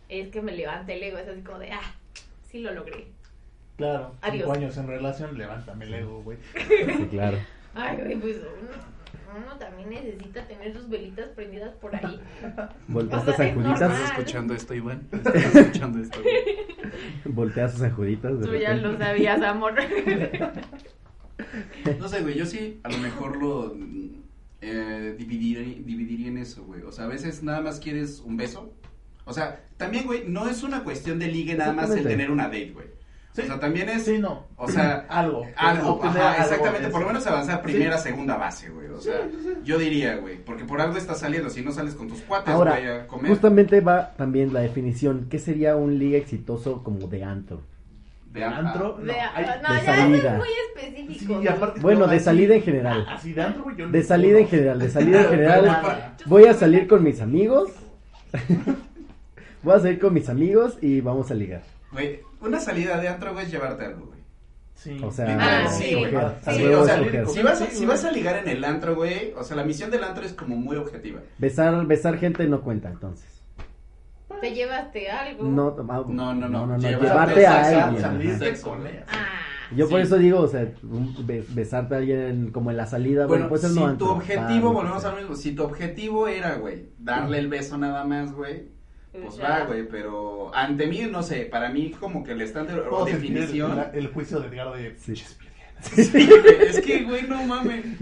[SPEAKER 5] es que me levante el ego. Es así como de, ah, sí lo logré.
[SPEAKER 4] Claro,
[SPEAKER 5] Adiós.
[SPEAKER 4] cinco años en relación, levántame el ego, güey.
[SPEAKER 2] Sí, claro.
[SPEAKER 5] Ay, güey, pues uno, uno también necesita tener sus velitas prendidas por ahí.
[SPEAKER 2] Voltea
[SPEAKER 5] O sea,
[SPEAKER 2] sus
[SPEAKER 5] es
[SPEAKER 2] anjuditas,
[SPEAKER 5] normal. escuchando
[SPEAKER 3] esto, Iván? ¿Estás escuchando esto,
[SPEAKER 2] voltea sus anjuditas. de
[SPEAKER 5] Tú ya
[SPEAKER 2] repente.
[SPEAKER 5] lo sabías, amor.
[SPEAKER 3] No sé, güey, yo sí a lo mejor lo mm, eh, dividiré- dividiría en eso, güey. O sea, a veces nada más quieres un beso. O sea, también, güey, no es una cuestión de ligue nada más el
[SPEAKER 2] Exactamente.
[SPEAKER 3] tener una date, güey.
[SPEAKER 4] Sí.
[SPEAKER 3] O sea, también es
[SPEAKER 4] Sí, no.
[SPEAKER 3] o sea,
[SPEAKER 4] algo.
[SPEAKER 3] algo,
[SPEAKER 4] Obtener
[SPEAKER 3] ajá,
[SPEAKER 4] algo
[SPEAKER 3] exactamente,
[SPEAKER 4] de
[SPEAKER 3] por lo
[SPEAKER 4] eso.
[SPEAKER 3] menos avanzar primera, segunda base, güey. O sea, yo diría, güey, porque por algo estás saliendo, si no sales con tus cuates, güey,
[SPEAKER 2] Ahora,
[SPEAKER 3] a comer.
[SPEAKER 2] justamente va también la definición. ¿Qué sería un liga exitoso como de antro?
[SPEAKER 3] de
[SPEAKER 4] Antro, no,
[SPEAKER 5] De- ah,
[SPEAKER 4] hay-
[SPEAKER 5] no,
[SPEAKER 2] de
[SPEAKER 5] ya eso
[SPEAKER 2] salida.
[SPEAKER 5] es muy específico.
[SPEAKER 4] Sí, y aparte-
[SPEAKER 2] Bueno,
[SPEAKER 4] no,
[SPEAKER 2] de
[SPEAKER 4] así-
[SPEAKER 2] salida en general.
[SPEAKER 4] Así de antro, güey, yo
[SPEAKER 2] De
[SPEAKER 4] no
[SPEAKER 2] salida en
[SPEAKER 4] puedo. Ah,
[SPEAKER 2] general, de salida en general.
[SPEAKER 4] Nada.
[SPEAKER 2] Voy a salir con mis amigos. Voy a salir con mis amigos y vamos a ligar.
[SPEAKER 3] Güey, una salida de antro, güey, es llevarte algo, güey.
[SPEAKER 4] Sí.
[SPEAKER 2] O sea,
[SPEAKER 5] Ah,
[SPEAKER 2] o
[SPEAKER 5] sí.
[SPEAKER 2] coger,
[SPEAKER 4] Ah,
[SPEAKER 2] a
[SPEAKER 3] Sí,
[SPEAKER 2] huevo
[SPEAKER 3] o
[SPEAKER 2] es
[SPEAKER 3] sea,
[SPEAKER 2] coger.
[SPEAKER 3] si vas, a, si vas a ligar en el antro, güey, o sea, la misión del antro es como muy objetiva.
[SPEAKER 2] Besar, besar gente no cuenta entonces.
[SPEAKER 5] ¿Te llevaste algo?
[SPEAKER 2] No, ah,
[SPEAKER 3] No, no, no. Llevarte,
[SPEAKER 2] Llevarte
[SPEAKER 3] sal-
[SPEAKER 2] a alguien.
[SPEAKER 3] salir.
[SPEAKER 2] ajá.
[SPEAKER 4] Saliste con ella.
[SPEAKER 5] Ah.
[SPEAKER 2] Yo por
[SPEAKER 3] Sí.
[SPEAKER 2] eso digo, o sea, un be- besarte a alguien en- como en la salida, bueno,
[SPEAKER 3] Bueno,
[SPEAKER 2] pues es
[SPEAKER 3] si
[SPEAKER 2] no
[SPEAKER 3] tu
[SPEAKER 2] antro,
[SPEAKER 3] objetivo,
[SPEAKER 2] bar,
[SPEAKER 3] volvemos
[SPEAKER 2] o sea.
[SPEAKER 3] al mismo, si tu objetivo era, güey, darle el beso nada más, güey, pues va, güey, pero ante mí, no sé, para mí como que el estándar o
[SPEAKER 4] Puedo sentir el-
[SPEAKER 3] definición...
[SPEAKER 4] la- El, juicio de Edgardo de...
[SPEAKER 2] Sí.
[SPEAKER 4] "Pinches virgenes".
[SPEAKER 3] es que, güey, no mames.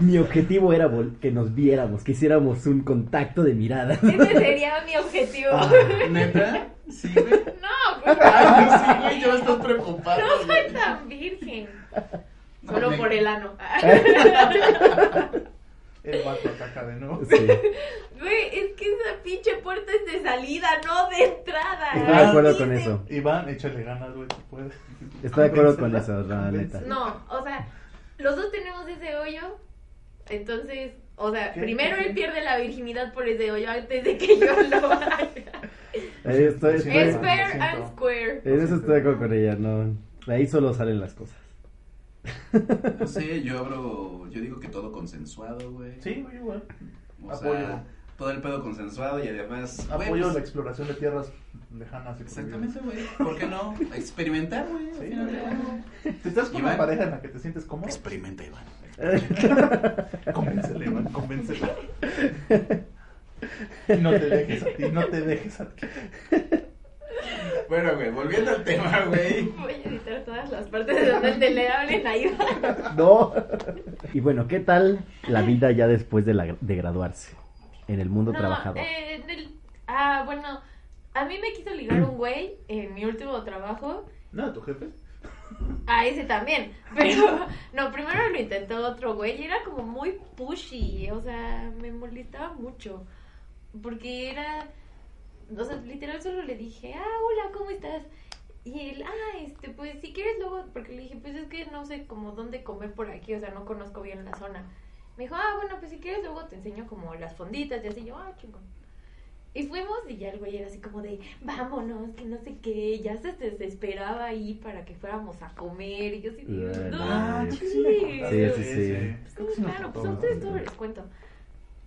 [SPEAKER 2] Mi objetivo era vol- que nos viéramos, que hiciéramos un contacto de mirada.
[SPEAKER 5] Ese sería mi objetivo.
[SPEAKER 2] Ah.
[SPEAKER 3] ¿Neta? Sí, güey.
[SPEAKER 5] No, pues, güey.
[SPEAKER 3] Ay, sí, güey, yo estoy preocupado.
[SPEAKER 5] No soy
[SPEAKER 3] güey.
[SPEAKER 5] tan virgen.
[SPEAKER 3] No,
[SPEAKER 5] Solo
[SPEAKER 3] me-
[SPEAKER 5] por el ano.
[SPEAKER 4] El vato ataca de nuevo.
[SPEAKER 2] Sí.
[SPEAKER 5] Güey, es que esa pinche puerta es de salida, no de entrada.
[SPEAKER 2] Estoy de acuerdo con
[SPEAKER 5] Dice-
[SPEAKER 2] eso.
[SPEAKER 4] Iván, échale ganas, güey, si puedes.
[SPEAKER 2] Estoy de acuerdo con
[SPEAKER 4] Convéncela,
[SPEAKER 2] eso, la neta.
[SPEAKER 4] convéncela.
[SPEAKER 5] No, o sea, los dos tenemos ese hoyo. Entonces, o sea,
[SPEAKER 4] ¿Qué?
[SPEAKER 5] primero él pierde la virginidad por ese hoyo antes de que yo lo haga.
[SPEAKER 2] Eh, Estoy,
[SPEAKER 4] Sí,
[SPEAKER 2] estoy-
[SPEAKER 5] Es
[SPEAKER 4] lo
[SPEAKER 5] fair
[SPEAKER 4] siento.
[SPEAKER 5] and square.
[SPEAKER 2] en eso estoy de acuerdo con ella, no. Ahí solo salen las cosas.
[SPEAKER 3] No sé, yo hablo, yo digo que todo consensuado, güey.
[SPEAKER 4] Sí, güey, igual.
[SPEAKER 3] O
[SPEAKER 4] Apoyo.
[SPEAKER 3] sea, todo el pedo consensuado y además, güey,
[SPEAKER 4] Apoyo
[SPEAKER 3] pues,
[SPEAKER 4] la exploración de tierras lejanas. y
[SPEAKER 3] Exactamente, güey. ¿Por qué no? Experimentar, güey. al
[SPEAKER 4] Sí,
[SPEAKER 3] final de
[SPEAKER 4] güey.
[SPEAKER 3] cuentas.
[SPEAKER 4] prohibidas. Si estás con una
[SPEAKER 3] Iván.
[SPEAKER 4] pareja en la que te sientes cómodo,
[SPEAKER 3] Experimenta, Iván.
[SPEAKER 4] convéncele, Iván, convéncele. Y no te dejes a ti, no te dejes a ti.
[SPEAKER 3] Bueno, güey, volviendo al tema, güey.
[SPEAKER 5] Voy a editar todas las partes de donde te le hablen a Iván.
[SPEAKER 2] No. Y bueno, ¿qué tal la vida ya después de, la- de graduarse? En el mundo trabajador.
[SPEAKER 5] eh, en el- ah, bueno, a mí me quiso ligar un güey en mi último trabajo.
[SPEAKER 4] No, tu jefe.
[SPEAKER 5] A ese también. Pero, no, primero lo intentó otro güey y era como muy pushy. O sea, me molestaba mucho. Porque era. O sea, literal solo le dije, ah, hola, ¿cómo estás? Y él, ah, este, pues si quieres luego. Porque le dije, pues es que no sé como dónde comer por aquí. O sea, no conozco bien la zona. Me dijo, ah, bueno, pues si quieres luego te enseño como las fonditas y así. Yo, ah, chingón. Y fuimos y ya el güey era así como de, vámonos, que no sé qué, ya se desesperaba ahí para que fuéramos a comer. Y yo así, de,
[SPEAKER 2] Ay,
[SPEAKER 5] no,
[SPEAKER 2] Ah,
[SPEAKER 4] creo que
[SPEAKER 5] sí.
[SPEAKER 4] me contaste
[SPEAKER 2] Sí, sí,
[SPEAKER 4] de
[SPEAKER 2] sí.
[SPEAKER 4] ese.
[SPEAKER 5] Sí,
[SPEAKER 4] Creo que sí me
[SPEAKER 5] claro, pues
[SPEAKER 4] contó.
[SPEAKER 5] a ustedes todo les cuento.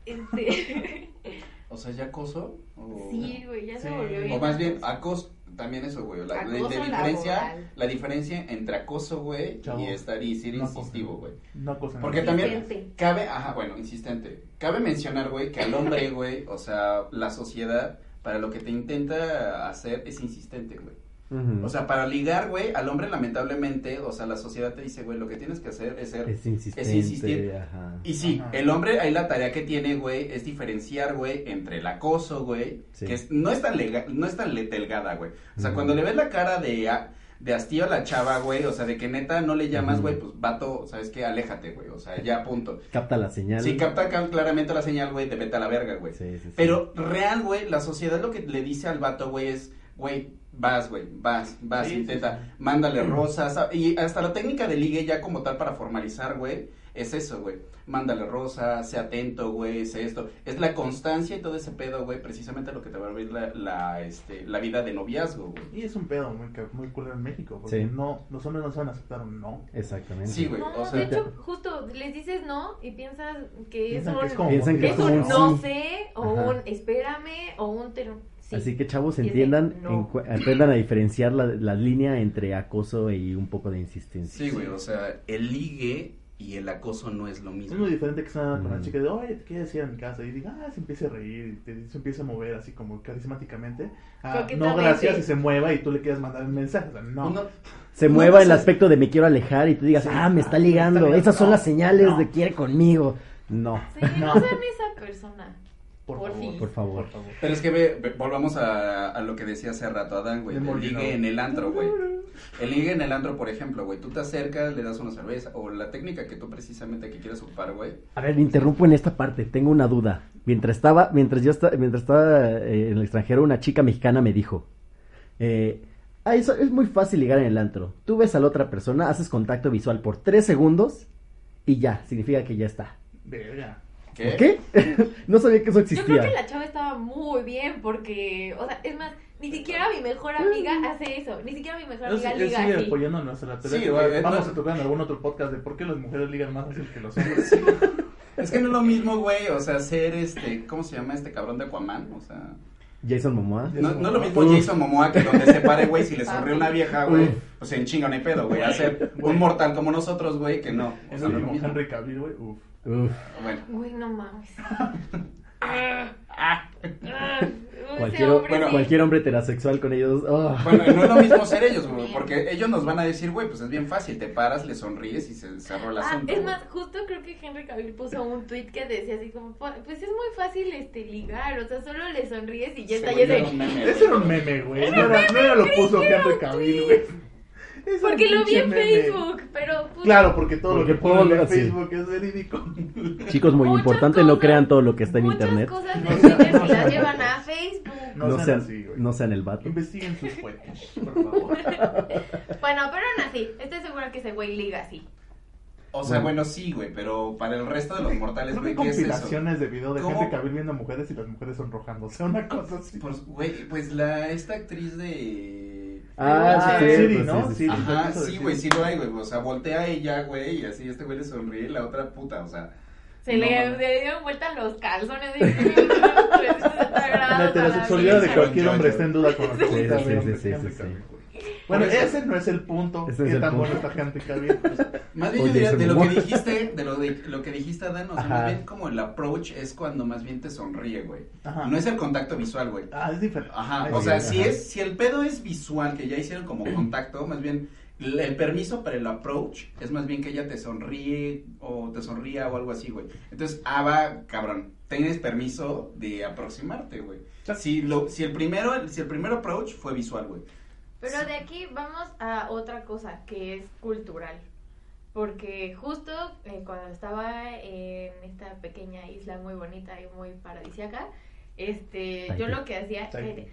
[SPEAKER 5] Este,
[SPEAKER 3] O sea, ¿ya acoso? O...
[SPEAKER 5] sí, güey, ya se
[SPEAKER 4] Sí.
[SPEAKER 5] volvió bien.
[SPEAKER 3] O más bien, ah, acoso, también eso, güey. La, la- la
[SPEAKER 5] Acoso
[SPEAKER 3] diferencia,
[SPEAKER 5] laboral.
[SPEAKER 3] la diferencia entre acoso, güey,
[SPEAKER 4] Chavo,
[SPEAKER 3] y estar y ser
[SPEAKER 4] no acoso.
[SPEAKER 3] insistivo, güey.
[SPEAKER 4] No cosa
[SPEAKER 3] Porque
[SPEAKER 4] nada.
[SPEAKER 3] también
[SPEAKER 5] Insistente.
[SPEAKER 3] cabe, ajá, bueno, insistente. Cabe mencionar, güey, que al hombre, güey, o sea, la sociedad, para lo que te intenta hacer es insistente, güey.
[SPEAKER 2] Ujú.
[SPEAKER 3] O sea, para ligar, güey, al hombre lamentablemente, o sea, la sociedad te dice, güey, lo que tienes que hacer es ser...
[SPEAKER 2] es insistente.
[SPEAKER 3] es insistente.
[SPEAKER 2] ajá.
[SPEAKER 3] Y sí,
[SPEAKER 4] Ajá.
[SPEAKER 3] el hombre ahí la tarea que tiene, güey, es diferenciar, güey, entre el acoso, güey,
[SPEAKER 2] Sí.
[SPEAKER 3] que es- no es tan lega- no es tan le- delgada, güey. O sea,
[SPEAKER 2] Ujú.
[SPEAKER 3] cuando le ves la cara de, a- de hastío a la chava, güey, o sea, de que neta no le llamas,
[SPEAKER 2] Ujú.
[SPEAKER 3] güey, pues vato, ¿sabes qué? Aléjate, güey, o sea, ya punto.
[SPEAKER 2] Capta la señal.
[SPEAKER 3] Si capta cal- claramente la señal, güey, te vete a la verga, güey.
[SPEAKER 2] Sí, sí, sí.
[SPEAKER 3] Pero real, güey, la sociedad lo que le dice al vato, güey, es, güey, vas, güey, vas, vas,
[SPEAKER 4] Sí, sí,
[SPEAKER 3] intenta,
[SPEAKER 4] sí.
[SPEAKER 3] mándale rosas. ah, Y hasta la técnica de ligue ya como tal para formalizar, güey, es eso, güey. Mándale rosas, sé atento, güey, sé esto. Es la constancia y todo ese pedo, güey, precisamente lo que te va a abrir la, la, este, la vida de noviazgo, güey.
[SPEAKER 4] Y es un pedo muy, ca- muy culero en México. Porque
[SPEAKER 2] Sí.
[SPEAKER 4] no, los hombres no saben aceptar un no.
[SPEAKER 2] Exactamente.
[SPEAKER 3] Sí, güey,
[SPEAKER 5] No,
[SPEAKER 3] o sea,
[SPEAKER 5] de hecho, justo les dices no y piensas que es
[SPEAKER 4] Piensan que
[SPEAKER 5] un,
[SPEAKER 4] es como-
[SPEAKER 2] Piensan que
[SPEAKER 5] es un
[SPEAKER 2] como
[SPEAKER 5] no
[SPEAKER 2] un sí.
[SPEAKER 5] sé, o
[SPEAKER 2] Ajá.
[SPEAKER 5] un espérame, o un te- sí.
[SPEAKER 2] Así que chavos,
[SPEAKER 5] Y es de,
[SPEAKER 2] entiendan,
[SPEAKER 5] no.
[SPEAKER 2] en cu- aprendan a diferenciar la, la línea entre acoso y un poco de insistencia.
[SPEAKER 3] sí, güey, o sea, el ligue y el acoso no es lo
[SPEAKER 4] Es
[SPEAKER 3] mismo.
[SPEAKER 4] muy diferente que sea con
[SPEAKER 2] Mm.
[SPEAKER 4] una chica de, oye, te quieres ir a mi casa. Y diga, ah, se empieza a reír, y te- se empieza a mover así como carismáticamente. Ah, no,
[SPEAKER 5] Coquetamente.
[SPEAKER 4] gracias, y se mueva y tú le quieres mandar un mensaje. O sea, no.
[SPEAKER 3] Uno-
[SPEAKER 2] Se
[SPEAKER 3] No,
[SPEAKER 5] pues
[SPEAKER 2] mueva
[SPEAKER 3] no
[SPEAKER 2] el
[SPEAKER 3] sé.
[SPEAKER 2] aspecto de me quiero alejar y tú digas,
[SPEAKER 4] Sí.
[SPEAKER 2] ah, me está
[SPEAKER 4] Ah, me
[SPEAKER 2] ligando.
[SPEAKER 4] está ligando.
[SPEAKER 2] Esas son
[SPEAKER 4] No,
[SPEAKER 2] las señales
[SPEAKER 4] no.
[SPEAKER 2] de quiere conmigo. No.
[SPEAKER 5] Sí,
[SPEAKER 4] No.
[SPEAKER 5] no sean esa persona.
[SPEAKER 4] Por,
[SPEAKER 5] Por
[SPEAKER 4] favor,
[SPEAKER 5] fin.
[SPEAKER 2] Por favor.
[SPEAKER 4] Por favor.
[SPEAKER 3] Pero es que ve, ve- volvamos a, a lo que decía hace rato Adán, güey.
[SPEAKER 4] Me
[SPEAKER 3] El
[SPEAKER 4] morí, no.
[SPEAKER 3] ligue en el antro, güey. El ligue en el antro, por ejemplo, güey. Tú te acercas, le das una cerveza. O la técnica que tú precisamente que quieres ocupar, güey.
[SPEAKER 2] A ver, interrumpo en esta parte, tengo una duda. Mientras estaba, mientras yo estaba, mientras estaba eh, en el extranjero, una chica mexicana me dijo, eh, "Ah, eso es muy fácil ligar en el antro. Tú ves a la otra persona, haces contacto visual por tres segundos y ya, significa que ya está.
[SPEAKER 4] Verga.
[SPEAKER 3] ¿Qué?
[SPEAKER 2] ¿Qué? no sabía que eso
[SPEAKER 5] Yo
[SPEAKER 2] existía.
[SPEAKER 5] creo que la chava estaba muy bien porque, o sea, es más, ni siquiera mi mejor amiga hace eso, ni siquiera mi mejor
[SPEAKER 4] Yo, sí-
[SPEAKER 5] amiga
[SPEAKER 4] yo
[SPEAKER 5] liga
[SPEAKER 4] sigue
[SPEAKER 5] así.
[SPEAKER 4] apoyando a nuestra teoría.
[SPEAKER 3] Sí,
[SPEAKER 4] que
[SPEAKER 3] güey,
[SPEAKER 4] vamos
[SPEAKER 3] no-
[SPEAKER 4] a tocar en algún otro podcast de por qué las mujeres ligan más fácil que los hombres.
[SPEAKER 3] Es que no es lo mismo, güey, o sea, ser este, ¿cómo se llama este cabrón de Aquaman? O sea,
[SPEAKER 2] Jason Momoa.
[SPEAKER 3] no, no es lo mismo
[SPEAKER 2] Uf.
[SPEAKER 3] Jason Momoa que donde se pare, güey, si le sonríe una vieja, güey, o sea, en chinga no hay pedo, güey, hacer un mortal como nosotros, güey, que no, o
[SPEAKER 4] Es
[SPEAKER 3] sea, no
[SPEAKER 4] lo
[SPEAKER 3] es lo
[SPEAKER 4] mismo
[SPEAKER 3] mismo.
[SPEAKER 4] Henry Cavill, güey. Uf.
[SPEAKER 2] Uf.
[SPEAKER 3] Bueno,
[SPEAKER 5] Güey, no mames. Ah,
[SPEAKER 3] ah,
[SPEAKER 5] ah, ese
[SPEAKER 2] Cualquier,
[SPEAKER 5] hombre
[SPEAKER 3] bueno,
[SPEAKER 5] sí.
[SPEAKER 2] cualquier hombre heterosexual con ellos. ah.
[SPEAKER 3] bueno, no es lo mismo ser ellos, güey, porque ellos nos van a decir, güey, pues es bien fácil, te paras, le sonríes y se cerró el
[SPEAKER 5] Ah,
[SPEAKER 3] asunto.
[SPEAKER 5] es
[SPEAKER 3] güey.
[SPEAKER 5] más, justo creo que Henry Cavill puso un tweet que decía así como, pues es muy fácil este ligar, o sea, solo le sonríes y ya
[SPEAKER 3] Ese
[SPEAKER 5] está,
[SPEAKER 3] güey
[SPEAKER 5] ya
[SPEAKER 3] era
[SPEAKER 5] de...
[SPEAKER 3] un meme,
[SPEAKER 4] Ese
[SPEAKER 3] güey.
[SPEAKER 4] era un meme, güey. No era, no era lo puso Henry Cavill, güey. Es un
[SPEAKER 5] Porque lo vi
[SPEAKER 4] pinche
[SPEAKER 5] en
[SPEAKER 4] meme.
[SPEAKER 5] Facebook, pero pues,
[SPEAKER 4] Claro, porque todo
[SPEAKER 2] Porque
[SPEAKER 4] lo que ponen
[SPEAKER 2] todo-
[SPEAKER 4] en
[SPEAKER 2] sí.
[SPEAKER 4] Facebook es verídico.
[SPEAKER 2] Chicos, muy
[SPEAKER 5] Muchas
[SPEAKER 2] importante, no
[SPEAKER 5] cosas-
[SPEAKER 2] crean todo lo que está en
[SPEAKER 5] muchas
[SPEAKER 2] internet.
[SPEAKER 5] cosas de Twitter se las llevan a Facebook.
[SPEAKER 4] No
[SPEAKER 2] No,
[SPEAKER 4] sean
[SPEAKER 2] sean,
[SPEAKER 4] así, güey.
[SPEAKER 2] no sean el vato.
[SPEAKER 4] Investiguen sus fuentes, por favor.
[SPEAKER 5] Bueno, pero aún así, estoy segura que ese güey liga así.
[SPEAKER 3] O sea,
[SPEAKER 2] Bueno.
[SPEAKER 3] bueno, sí, güey, pero para el resto de los mortales,
[SPEAKER 4] Creo que
[SPEAKER 3] güey, ¿qué es eso?
[SPEAKER 4] compilaciones de video de
[SPEAKER 3] ¿Cómo?
[SPEAKER 4] gente Cavill viendo mujeres y las mujeres sonrojándose, una cosa así.
[SPEAKER 3] Pues, güey, pues la, esta actriz de...
[SPEAKER 2] Ah,
[SPEAKER 4] Ah,
[SPEAKER 2] sí,
[SPEAKER 4] Siri,
[SPEAKER 2] pues, sí,
[SPEAKER 4] ¿no?
[SPEAKER 2] sí,
[SPEAKER 4] Siri.
[SPEAKER 2] sí.
[SPEAKER 3] Ajá,
[SPEAKER 4] Eso de
[SPEAKER 3] sí, güey, sí lo hay, güey, o sea, voltea a ella, güey, y así este güey le sonríe y la otra puta, o sea...
[SPEAKER 5] Se
[SPEAKER 3] No,
[SPEAKER 5] le,
[SPEAKER 3] mames.
[SPEAKER 5] le dieron vuelta los calzones. pues, De 360 grados
[SPEAKER 4] La
[SPEAKER 5] a
[SPEAKER 4] heterosexualidad
[SPEAKER 5] la
[SPEAKER 4] de
[SPEAKER 5] vieja.
[SPEAKER 4] cualquier
[SPEAKER 3] Yo,
[SPEAKER 4] hombre
[SPEAKER 3] yo.
[SPEAKER 4] está en duda con lo que
[SPEAKER 2] Sí,
[SPEAKER 4] ahorita
[SPEAKER 2] sí,
[SPEAKER 4] veo
[SPEAKER 2] sí,
[SPEAKER 4] de
[SPEAKER 2] sí,
[SPEAKER 4] Henry
[SPEAKER 2] sí,
[SPEAKER 4] Cavill,
[SPEAKER 2] sí.
[SPEAKER 4] güey. Bueno,
[SPEAKER 3] Por eso-
[SPEAKER 4] ese no es el punto.
[SPEAKER 2] Ese es
[SPEAKER 4] qué
[SPEAKER 2] el
[SPEAKER 4] tan
[SPEAKER 2] punto.
[SPEAKER 4] bueno está Henry Cavill.
[SPEAKER 3] Más bien, yo
[SPEAKER 2] Oye,
[SPEAKER 3] diría,
[SPEAKER 2] se
[SPEAKER 3] de lo
[SPEAKER 2] mamó.
[SPEAKER 3] que dijiste, de lo, de, lo que dijiste, Dan, o sea,
[SPEAKER 2] Ajá.
[SPEAKER 3] más bien como el approach es cuando más bien te sonríe, güey.
[SPEAKER 4] Ajá.
[SPEAKER 3] No es el contacto visual, güey.
[SPEAKER 4] Ah, es diferente.
[SPEAKER 3] Ajá,
[SPEAKER 4] Ay,
[SPEAKER 3] o
[SPEAKER 4] sí,
[SPEAKER 3] sea,
[SPEAKER 4] ajá.
[SPEAKER 3] si es, si el pedo es visual, que ya hicieron como contacto, más bien el el permiso para el approach es más bien que ella te sonríe o te sonría o algo así, güey. Entonces, ah, va, cabrón, tienes permiso de aproximarte, güey.
[SPEAKER 4] Ya.
[SPEAKER 3] Si lo, si el primero, si el primer approach fue visual, güey.
[SPEAKER 5] Pero de aquí vamos a otra cosa que es cultural. Porque justo eh, cuando estaba en esta pequeña isla muy bonita y muy paradisiaca, este, yo
[SPEAKER 2] Tahití.
[SPEAKER 5] lo que hacía,
[SPEAKER 4] Tahití.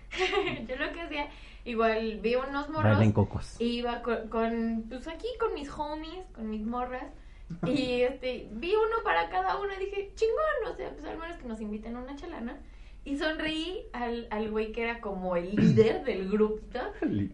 [SPEAKER 5] yo lo que hacía, igual vi unos morros
[SPEAKER 2] Bailen cocos.
[SPEAKER 5] Iba con, con, pues aquí con mis homies, con mis morras. Y este, vi uno para cada uno y dije, chingón, o sea, pues al menos que nos inviten a una chalana. Y sonreí al, al güey que era como el líder del grupito.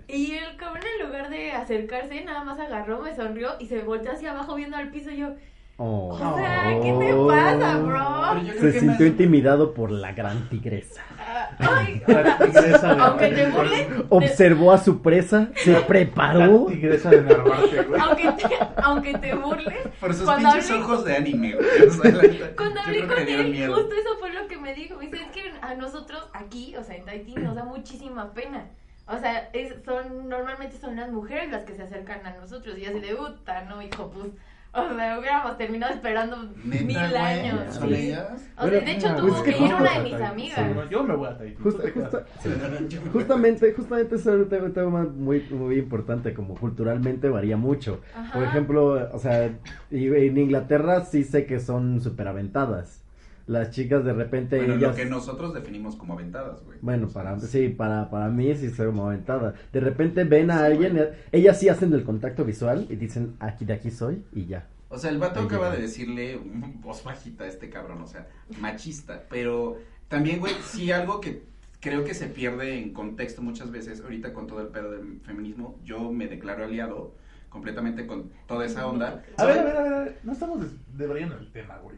[SPEAKER 5] Y el cabrón, en lugar de acercarse, nada más agarró, me sonrió y se volteó hacia abajo viendo al piso. Y yo,
[SPEAKER 2] Oh.
[SPEAKER 5] o sea, ¿qué te pasa,
[SPEAKER 3] Pero
[SPEAKER 5] bro?
[SPEAKER 3] yo creo
[SPEAKER 2] Se
[SPEAKER 3] que
[SPEAKER 2] sintió
[SPEAKER 3] más-
[SPEAKER 2] intimidado por la gran tigresa.
[SPEAKER 5] Ah, Ay, o
[SPEAKER 4] La
[SPEAKER 5] sea,
[SPEAKER 4] tigresa de
[SPEAKER 5] aunque te burles,
[SPEAKER 2] Observó a su presa, se preparó.
[SPEAKER 4] La tigresa de Narvarte, güey.
[SPEAKER 5] aunque te, aunque te burles,
[SPEAKER 3] Por sus
[SPEAKER 5] Cuando
[SPEAKER 3] pinches
[SPEAKER 5] hablé-
[SPEAKER 3] ojos de anime, güey. O sea, la neta,
[SPEAKER 5] Cuando
[SPEAKER 3] yo
[SPEAKER 5] hablé
[SPEAKER 3] creo que
[SPEAKER 5] con
[SPEAKER 3] le dieron
[SPEAKER 5] él,
[SPEAKER 3] miedo.
[SPEAKER 5] justo eso fue lo que me dijo. Me dice, es que a nosotros aquí, o sea, en Tahití, nos da muchísima pena. O sea, es- son, normalmente son las mujeres las que se acercan a nosotros. Y así de, puta, no, hijo, pues. O sea, hubiéramos terminado esperando
[SPEAKER 3] Neta,
[SPEAKER 5] mil
[SPEAKER 3] güey,
[SPEAKER 5] años.
[SPEAKER 3] ¿Son
[SPEAKER 5] sí.
[SPEAKER 3] ellas?
[SPEAKER 5] O sea, de hecho,
[SPEAKER 4] Ah,
[SPEAKER 5] tuvo
[SPEAKER 2] pues,
[SPEAKER 5] que
[SPEAKER 2] ¿qué
[SPEAKER 5] ir
[SPEAKER 2] cosa,
[SPEAKER 5] una de mis
[SPEAKER 4] Tahití?
[SPEAKER 5] amigas.
[SPEAKER 4] Sí, no, yo me voy a Tahití.
[SPEAKER 2] Justa-
[SPEAKER 4] tú te quedas.
[SPEAKER 2] justa- Justamente, justamente eso es un tema muy, muy importante, como culturalmente varía mucho.
[SPEAKER 5] Ajá.
[SPEAKER 2] Por ejemplo, o sea, y- en Inglaterra sí sé que son súper aventadas. Las chicas de repente
[SPEAKER 3] Bueno,
[SPEAKER 2] ellas...
[SPEAKER 3] lo que nosotros definimos como aventadas, güey.
[SPEAKER 2] Bueno, para, sí, para, para mí sí soy como aventada. De repente ven a alguien, eh, ellas sí hacen el contacto visual y dicen, aquí de aquí soy y ya.
[SPEAKER 3] O sea, el vato
[SPEAKER 2] Ahí
[SPEAKER 3] acaba
[SPEAKER 2] llega.
[SPEAKER 3] de decirle mm, voz bajita a este cabrón, o sea, machista. Pero también, güey, sí algo que creo que se pierde en contexto muchas veces, ahorita con todo el pedo del feminismo, yo me declaro aliado completamente con toda esa onda.
[SPEAKER 4] A ver, a ver, a ver, a ver, no estamos des- debrayando el tema, güey.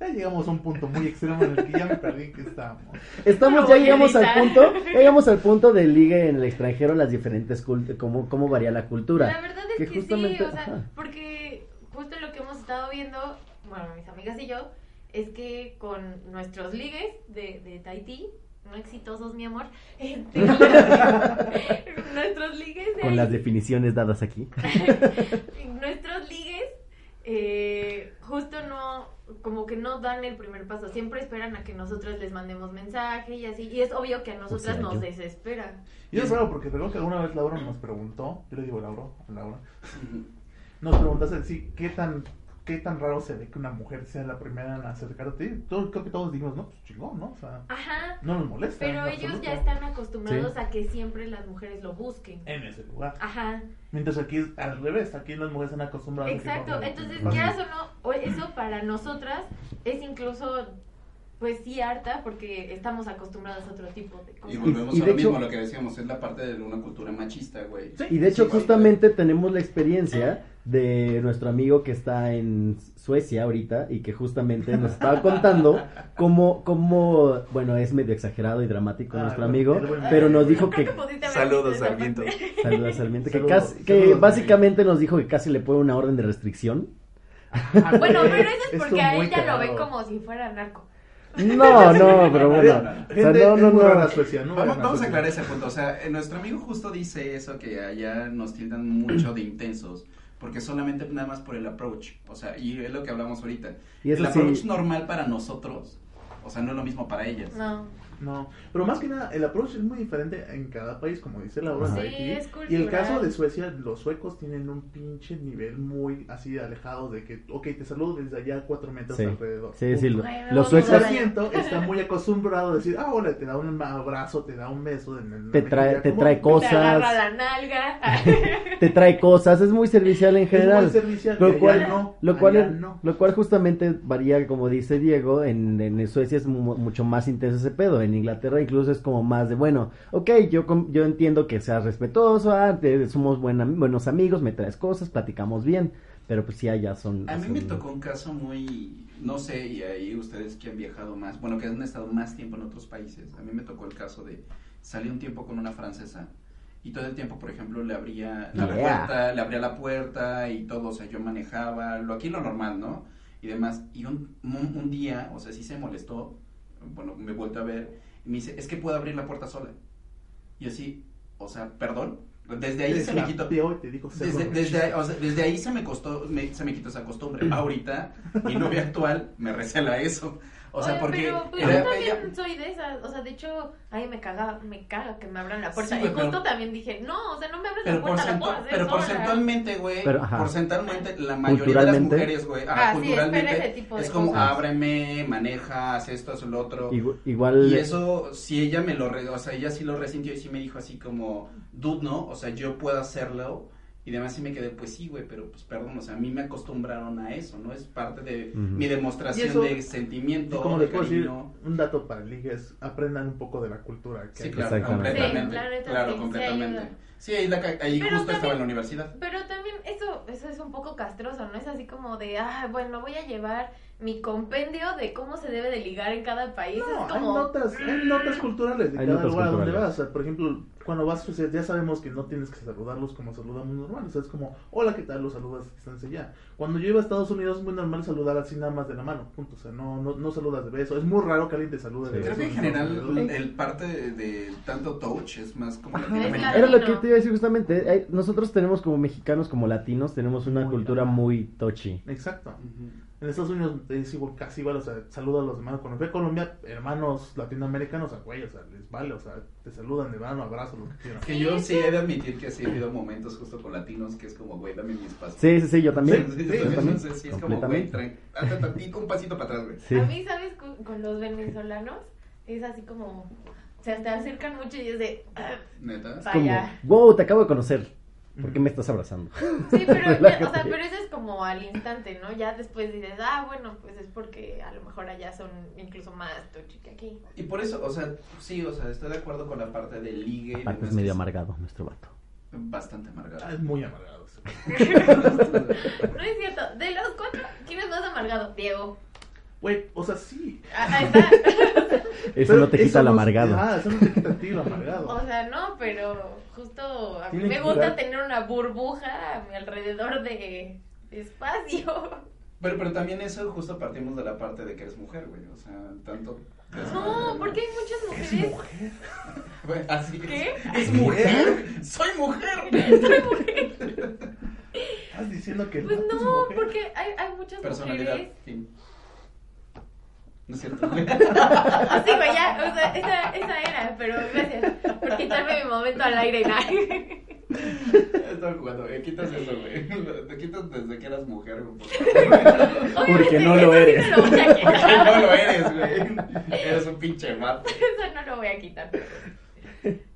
[SPEAKER 4] ya llegamos a un punto muy extremo en el que ya me perdí en qué estábamos.
[SPEAKER 2] Estamos,
[SPEAKER 5] Lo
[SPEAKER 2] ya
[SPEAKER 5] voy a
[SPEAKER 2] llegamos al
[SPEAKER 5] editar.
[SPEAKER 2] punto, ya llegamos al punto del ligue en el extranjero, las diferentes culturas, cómo, cómo varía la cultura.
[SPEAKER 5] La verdad es
[SPEAKER 2] que
[SPEAKER 5] que,
[SPEAKER 2] justamente-
[SPEAKER 5] sí, o sea,
[SPEAKER 2] ajá.
[SPEAKER 5] porque justo lo que hemos estado viendo, bueno, mis amigas y yo, es que con nuestros ligues de, de Tahití, no exitosos, mi amor, este, nuestros ligues de
[SPEAKER 2] Con las
[SPEAKER 5] ahí-
[SPEAKER 2] definiciones dadas aquí.
[SPEAKER 5] nuestros ligues eh, justo no como que no dan el primer paso siempre esperan a que nosotros les mandemos mensaje y así y es obvio que a nosotras
[SPEAKER 2] sea, Pues yo-
[SPEAKER 5] nos desespera
[SPEAKER 4] Y es raro porque creo que alguna vez Laura nos preguntó, yo le digo Laura, Laura, nos preguntaste, sí, qué tan qué tan raro se ve que una mujer sea la primera en acercarte. Todos, creo que todos dijimos, no, pues chingón, ¿no? O sea,
[SPEAKER 5] Ajá.
[SPEAKER 4] no nos molesta.
[SPEAKER 5] Pero
[SPEAKER 4] en
[SPEAKER 5] ellos
[SPEAKER 4] absoluto.
[SPEAKER 5] ya están acostumbrados
[SPEAKER 2] Sí.
[SPEAKER 5] a que siempre las mujeres lo busquen.
[SPEAKER 4] en ese lugar.
[SPEAKER 5] Ajá.
[SPEAKER 4] Mientras aquí es al revés, aquí las mujeres están acostumbradas. a que
[SPEAKER 5] Exacto,
[SPEAKER 4] no-
[SPEAKER 5] entonces
[SPEAKER 2] Ajá.
[SPEAKER 5] quieras o no, o- eso para nosotras es incluso, pues sí, harta, porque estamos acostumbradas a otro tipo de
[SPEAKER 3] Y
[SPEAKER 5] cosas.
[SPEAKER 3] volvemos
[SPEAKER 2] Y- y
[SPEAKER 3] a
[SPEAKER 2] de
[SPEAKER 3] lo mismo,
[SPEAKER 2] hecho-
[SPEAKER 3] lo que decíamos, es la parte de una cultura machista, güey.
[SPEAKER 4] Sí.
[SPEAKER 2] Y de hecho,
[SPEAKER 3] Sí,
[SPEAKER 2] justamente tenemos la experiencia de nuestro amigo que está en Suecia ahorita y que justamente nos estaba contando cómo, cómo bueno, es medio exagerado y dramático
[SPEAKER 4] Ah,
[SPEAKER 2] nuestro
[SPEAKER 4] el-
[SPEAKER 2] amigo,
[SPEAKER 4] el buen-
[SPEAKER 2] pero nos dijo que...
[SPEAKER 5] Creo pudiste haber
[SPEAKER 3] Saludos,
[SPEAKER 5] visto esa parte.
[SPEAKER 3] Sarmiento.
[SPEAKER 2] Saludos, Sarmiento, que,
[SPEAKER 4] Saludos,
[SPEAKER 2] casi- que
[SPEAKER 4] saludos,
[SPEAKER 2] básicamente nos dijo que casi le pone una orden de restricción.
[SPEAKER 4] Ah,
[SPEAKER 5] Bueno,
[SPEAKER 4] güey,
[SPEAKER 5] pero eso es porque
[SPEAKER 4] estuvo
[SPEAKER 5] a
[SPEAKER 4] muy
[SPEAKER 5] él ya lo
[SPEAKER 4] cagado.
[SPEAKER 5] ven como si fuera narco.
[SPEAKER 2] No, no, pero bueno. O sea,
[SPEAKER 4] Gente,
[SPEAKER 2] no, no,
[SPEAKER 4] es muy rara
[SPEAKER 2] no.
[SPEAKER 4] Suecia, ¿no?
[SPEAKER 3] Vamos,
[SPEAKER 4] Vayan
[SPEAKER 3] vamos a
[SPEAKER 4] Suecia.
[SPEAKER 3] aclarar ese punto. O sea, eh, nuestro amigo justo dice eso que allá nos tildan mucho de intensos. Porque solamente nada más por el approach. O sea, y es lo que hablamos ahorita.
[SPEAKER 2] Y
[SPEAKER 3] el
[SPEAKER 2] eso
[SPEAKER 3] approach
[SPEAKER 2] sí,
[SPEAKER 3] normal para nosotros. O sea, no es lo mismo para ellas.
[SPEAKER 5] No.
[SPEAKER 4] No, pero más que nada, el approach es muy diferente en cada país, como dice Laura.
[SPEAKER 2] Ajá.
[SPEAKER 4] de
[SPEAKER 5] Sí,
[SPEAKER 4] aquí.
[SPEAKER 5] es
[SPEAKER 4] y el
[SPEAKER 5] cultural.
[SPEAKER 4] caso de Suecia, los suecos tienen un pinche nivel muy así alejado de que, ok, te saludo desde allá cuatro metros
[SPEAKER 2] Sí.
[SPEAKER 4] alrededor.
[SPEAKER 2] sí, sí, lo-
[SPEAKER 5] Bueno,
[SPEAKER 2] los
[SPEAKER 5] vamos
[SPEAKER 4] Lo
[SPEAKER 5] a
[SPEAKER 2] suecos
[SPEAKER 5] ver.
[SPEAKER 4] siento, está muy acostumbrado a decir, ah, hola, te da un abrazo, te da un beso. En, en la
[SPEAKER 2] Te trae-
[SPEAKER 4] mejilla,
[SPEAKER 2] te
[SPEAKER 4] como-
[SPEAKER 2] trae cosas.
[SPEAKER 5] Te agarra la nalga.
[SPEAKER 2] te trae cosas, es muy servicial en
[SPEAKER 4] Es muy
[SPEAKER 2] general.
[SPEAKER 4] servicial,
[SPEAKER 2] lo
[SPEAKER 4] y allá
[SPEAKER 2] cual-
[SPEAKER 4] no,
[SPEAKER 2] Lo cual,
[SPEAKER 4] allá
[SPEAKER 2] es-
[SPEAKER 4] no.
[SPEAKER 2] lo cual justamente varía, como dice Diego, en, en Suecia es mu- mucho más intenso ese pedo. En Inglaterra incluso es como más de, bueno, ok, yo, com- yo entiendo que seas respetuoso, ah, te- somos buena- buenos amigos, me traes cosas, platicamos bien. Pero pues sí, allá son...
[SPEAKER 3] A mí
[SPEAKER 2] son-
[SPEAKER 3] me tocó un caso muy, no sé, y ahí ustedes que han viajado más, bueno, que han estado más tiempo en otros países, a mí me tocó el caso de, salí un tiempo con una francesa y todo el tiempo, por ejemplo, le abría
[SPEAKER 2] Yeah.
[SPEAKER 3] la puerta, le abría la puerta y todo, o sea, yo manejaba, lo aquí lo normal, ¿no? Y demás, y un, un, un día, o sea, sí se molestó, bueno, me vuelto a ver, y me dice, es que puedo abrir la puerta sola. Y así, o sea, perdón, desde ahí
[SPEAKER 4] Eres
[SPEAKER 3] se me
[SPEAKER 4] una
[SPEAKER 3] quitó.
[SPEAKER 4] peor, te digo, cerdo
[SPEAKER 3] Desde, desde
[SPEAKER 4] machista.
[SPEAKER 3] ahí, o sea, desde ahí se me costó, me- se me quitó esa costumbre.
[SPEAKER 2] Mm.
[SPEAKER 3] Ahorita, mi novia actual me recela eso. O sea,
[SPEAKER 5] Oye,
[SPEAKER 3] porque
[SPEAKER 5] Pero pues,
[SPEAKER 3] era-
[SPEAKER 5] yo también
[SPEAKER 3] ella-
[SPEAKER 5] soy de esas. O sea, de hecho, ahí me caga, me caga que me abran la puerta.
[SPEAKER 3] Sí,
[SPEAKER 5] y
[SPEAKER 3] güey, pero-
[SPEAKER 5] justo también dije, no, o sea, no me abres
[SPEAKER 3] pero,
[SPEAKER 5] la puerta, la puedo
[SPEAKER 3] porcentu-
[SPEAKER 5] hacer
[SPEAKER 3] pero
[SPEAKER 5] sola.
[SPEAKER 3] porcentualmente, güey,
[SPEAKER 2] Pero, ajá.
[SPEAKER 3] porcentualmente, la mayoría de las
[SPEAKER 2] Culturalmente.
[SPEAKER 3] mujeres, güey, ajá,
[SPEAKER 5] Ah, sí, espera
[SPEAKER 3] culturalmente,
[SPEAKER 5] ese tipo de
[SPEAKER 3] es como
[SPEAKER 5] cosas.
[SPEAKER 3] ábreme, maneja, haz esto, haz lo otro.
[SPEAKER 2] Igu- Igual...
[SPEAKER 3] Y eso, si ella me lo, re- o sea, ella sí lo resintió y sí me dijo así como, dude, ¿no? O sea, yo puedo hacerlo. Y además sí me quedé, pues sí, güey, pero pues perdón, o sea, a mí me acostumbraron a eso, ¿no? Es parte de
[SPEAKER 2] Ujú.
[SPEAKER 3] mi demostración
[SPEAKER 4] Y eso-
[SPEAKER 3] de
[SPEAKER 4] Y
[SPEAKER 3] sentimiento,
[SPEAKER 4] como
[SPEAKER 3] de
[SPEAKER 4] les puedo decir,
[SPEAKER 3] cariño.
[SPEAKER 4] un dato para ligues, aprendan un poco de la cultura. que
[SPEAKER 3] Sí,
[SPEAKER 4] hay.
[SPEAKER 3] claro,
[SPEAKER 2] Exactamente.
[SPEAKER 3] completamente.
[SPEAKER 5] Sí, la neta,
[SPEAKER 3] claro,
[SPEAKER 5] sí, sí
[SPEAKER 3] completamente.
[SPEAKER 5] ayuda.
[SPEAKER 3] Sí, ahí, la ca- ahí justo
[SPEAKER 5] Pero
[SPEAKER 3] estaba
[SPEAKER 5] también-
[SPEAKER 3] en la universidad.
[SPEAKER 5] Pero también eso, eso es un poco castroso, ¿no? Es así como de, ah, bueno, voy a llevar mi compendio de cómo se debe de ligar en cada país.
[SPEAKER 4] No,
[SPEAKER 5] es
[SPEAKER 4] hay
[SPEAKER 5] como...
[SPEAKER 4] notas, hay notas culturales de
[SPEAKER 2] Hay
[SPEAKER 4] cada
[SPEAKER 2] notas
[SPEAKER 4] lugar a donde
[SPEAKER 2] culturales.
[SPEAKER 4] vas. O sea, por ejemplo, cuando vas a Suecia ya sabemos que no tienes que saludarlos como saludamos normal. O sea, es como, hola, ¿qué tal? Los saludas a distancia ya. Cuando yo iba a Estados Unidos es muy normal saludar así nada más de la mano, punto. O sea, no, no, no saludas de beso. Es muy raro que alguien te salude
[SPEAKER 2] Sí.
[SPEAKER 4] de beso.
[SPEAKER 3] Creo que en
[SPEAKER 4] Estados
[SPEAKER 3] general eh,
[SPEAKER 4] Unidos.
[SPEAKER 3] el parte de, de tanto touch es más como
[SPEAKER 2] Ajá.
[SPEAKER 3] latinoamericano.
[SPEAKER 2] Era lo que
[SPEAKER 5] latino.
[SPEAKER 2] te iba a decir justamente. eh, Nosotros tenemos como mexicanos, como latinos, tenemos una
[SPEAKER 4] Muy
[SPEAKER 2] cultura
[SPEAKER 4] ajá.
[SPEAKER 2] muy touchy.
[SPEAKER 4] Exacto.
[SPEAKER 3] Ujú.
[SPEAKER 4] En Estados Unidos es igual, casi igual, o sea, saluda a los hermanos. Cuando fui a Colombia, hermanos latinoamericanos, o sea, güey, o sea, les vale, o sea, te saludan de mano, abrazo, lo que quieran.
[SPEAKER 3] Que yo sí he de admitir que sí he habido momentos justo con latinos que es como, güey, dame mi espacio.
[SPEAKER 2] Sí, sí, sí, yo también.
[SPEAKER 3] Sí, sí,
[SPEAKER 2] yo
[SPEAKER 3] sí,
[SPEAKER 2] también.
[SPEAKER 3] sí, sí, es como, güey,
[SPEAKER 2] completamente.
[SPEAKER 3] tran- hazte tantito, un pasito para atrás, güey.
[SPEAKER 2] Sí.
[SPEAKER 5] A mí, ¿sabes? Con, con los venezolanos es así como... O sea, te acercan mucho y es de... "Ah,
[SPEAKER 3] Neta.
[SPEAKER 2] Como,
[SPEAKER 5] vaya.
[SPEAKER 2] wow, te acabo de conocer. ¿Por qué me estás abrazando?
[SPEAKER 5] Sí, pero, ya, o sea,
[SPEAKER 2] Relájate.
[SPEAKER 5] pero eso es como al instante, ¿no? Ya después dices, ah, bueno, pues es porque a lo mejor allá son incluso más tochi que aquí.
[SPEAKER 3] Y por eso, o sea, sí, o sea, estoy de acuerdo con la parte del ligue. y
[SPEAKER 2] Ah,
[SPEAKER 3] demás,
[SPEAKER 2] es medio
[SPEAKER 3] que
[SPEAKER 2] amargado nuestro vato.
[SPEAKER 3] Bastante
[SPEAKER 4] Ah,
[SPEAKER 3] amargado.
[SPEAKER 4] es muy amargado. o sea.
[SPEAKER 5] No es cierto. De los cuatro, ¿quién es más amargado? Diego.
[SPEAKER 4] Güey, o sea, sí,
[SPEAKER 5] Ah, ahí está.
[SPEAKER 2] Eso
[SPEAKER 4] Pero
[SPEAKER 2] no te quita el
[SPEAKER 4] no-
[SPEAKER 2] amargado.
[SPEAKER 4] Ah, eso no te quita a ti el amargado.
[SPEAKER 5] O sea, no, pero justo a mí
[SPEAKER 4] Tiene
[SPEAKER 5] me
[SPEAKER 4] que
[SPEAKER 5] gusta
[SPEAKER 4] dar-
[SPEAKER 5] tener una burbuja a mi alrededor de espacio.
[SPEAKER 3] Pero, pero también eso justo partimos de la parte de que eres mujer, güey. O sea, tanto...
[SPEAKER 5] No, porque hay muchas mujeres.
[SPEAKER 3] Güey, así es.
[SPEAKER 5] ¿Qué?
[SPEAKER 3] ¿Es mujer? ¡Soy mujer!
[SPEAKER 4] Estás diciendo que
[SPEAKER 5] Pues
[SPEAKER 4] vato es
[SPEAKER 5] no,
[SPEAKER 4] mujer.
[SPEAKER 5] porque hay, hay muchas
[SPEAKER 3] Personalidad,
[SPEAKER 5] mujeres.
[SPEAKER 3] fin. No es cierto, güey.
[SPEAKER 5] Así, güey, ya. O sea, esa, esa era, pero gracias por quitarme mi momento al aire. ¿no?
[SPEAKER 3] Estaba jugando, eh, quitas eso, güey. Lo- Te quitas desde que eras mujer, güey. por favor.
[SPEAKER 2] Porque no
[SPEAKER 5] eso
[SPEAKER 2] lo
[SPEAKER 5] sí
[SPEAKER 2] eres.
[SPEAKER 5] No lo voy a quitar.
[SPEAKER 3] Porque no lo eres, güey. Eres un pinche vato.
[SPEAKER 5] Eso no lo voy a quitar.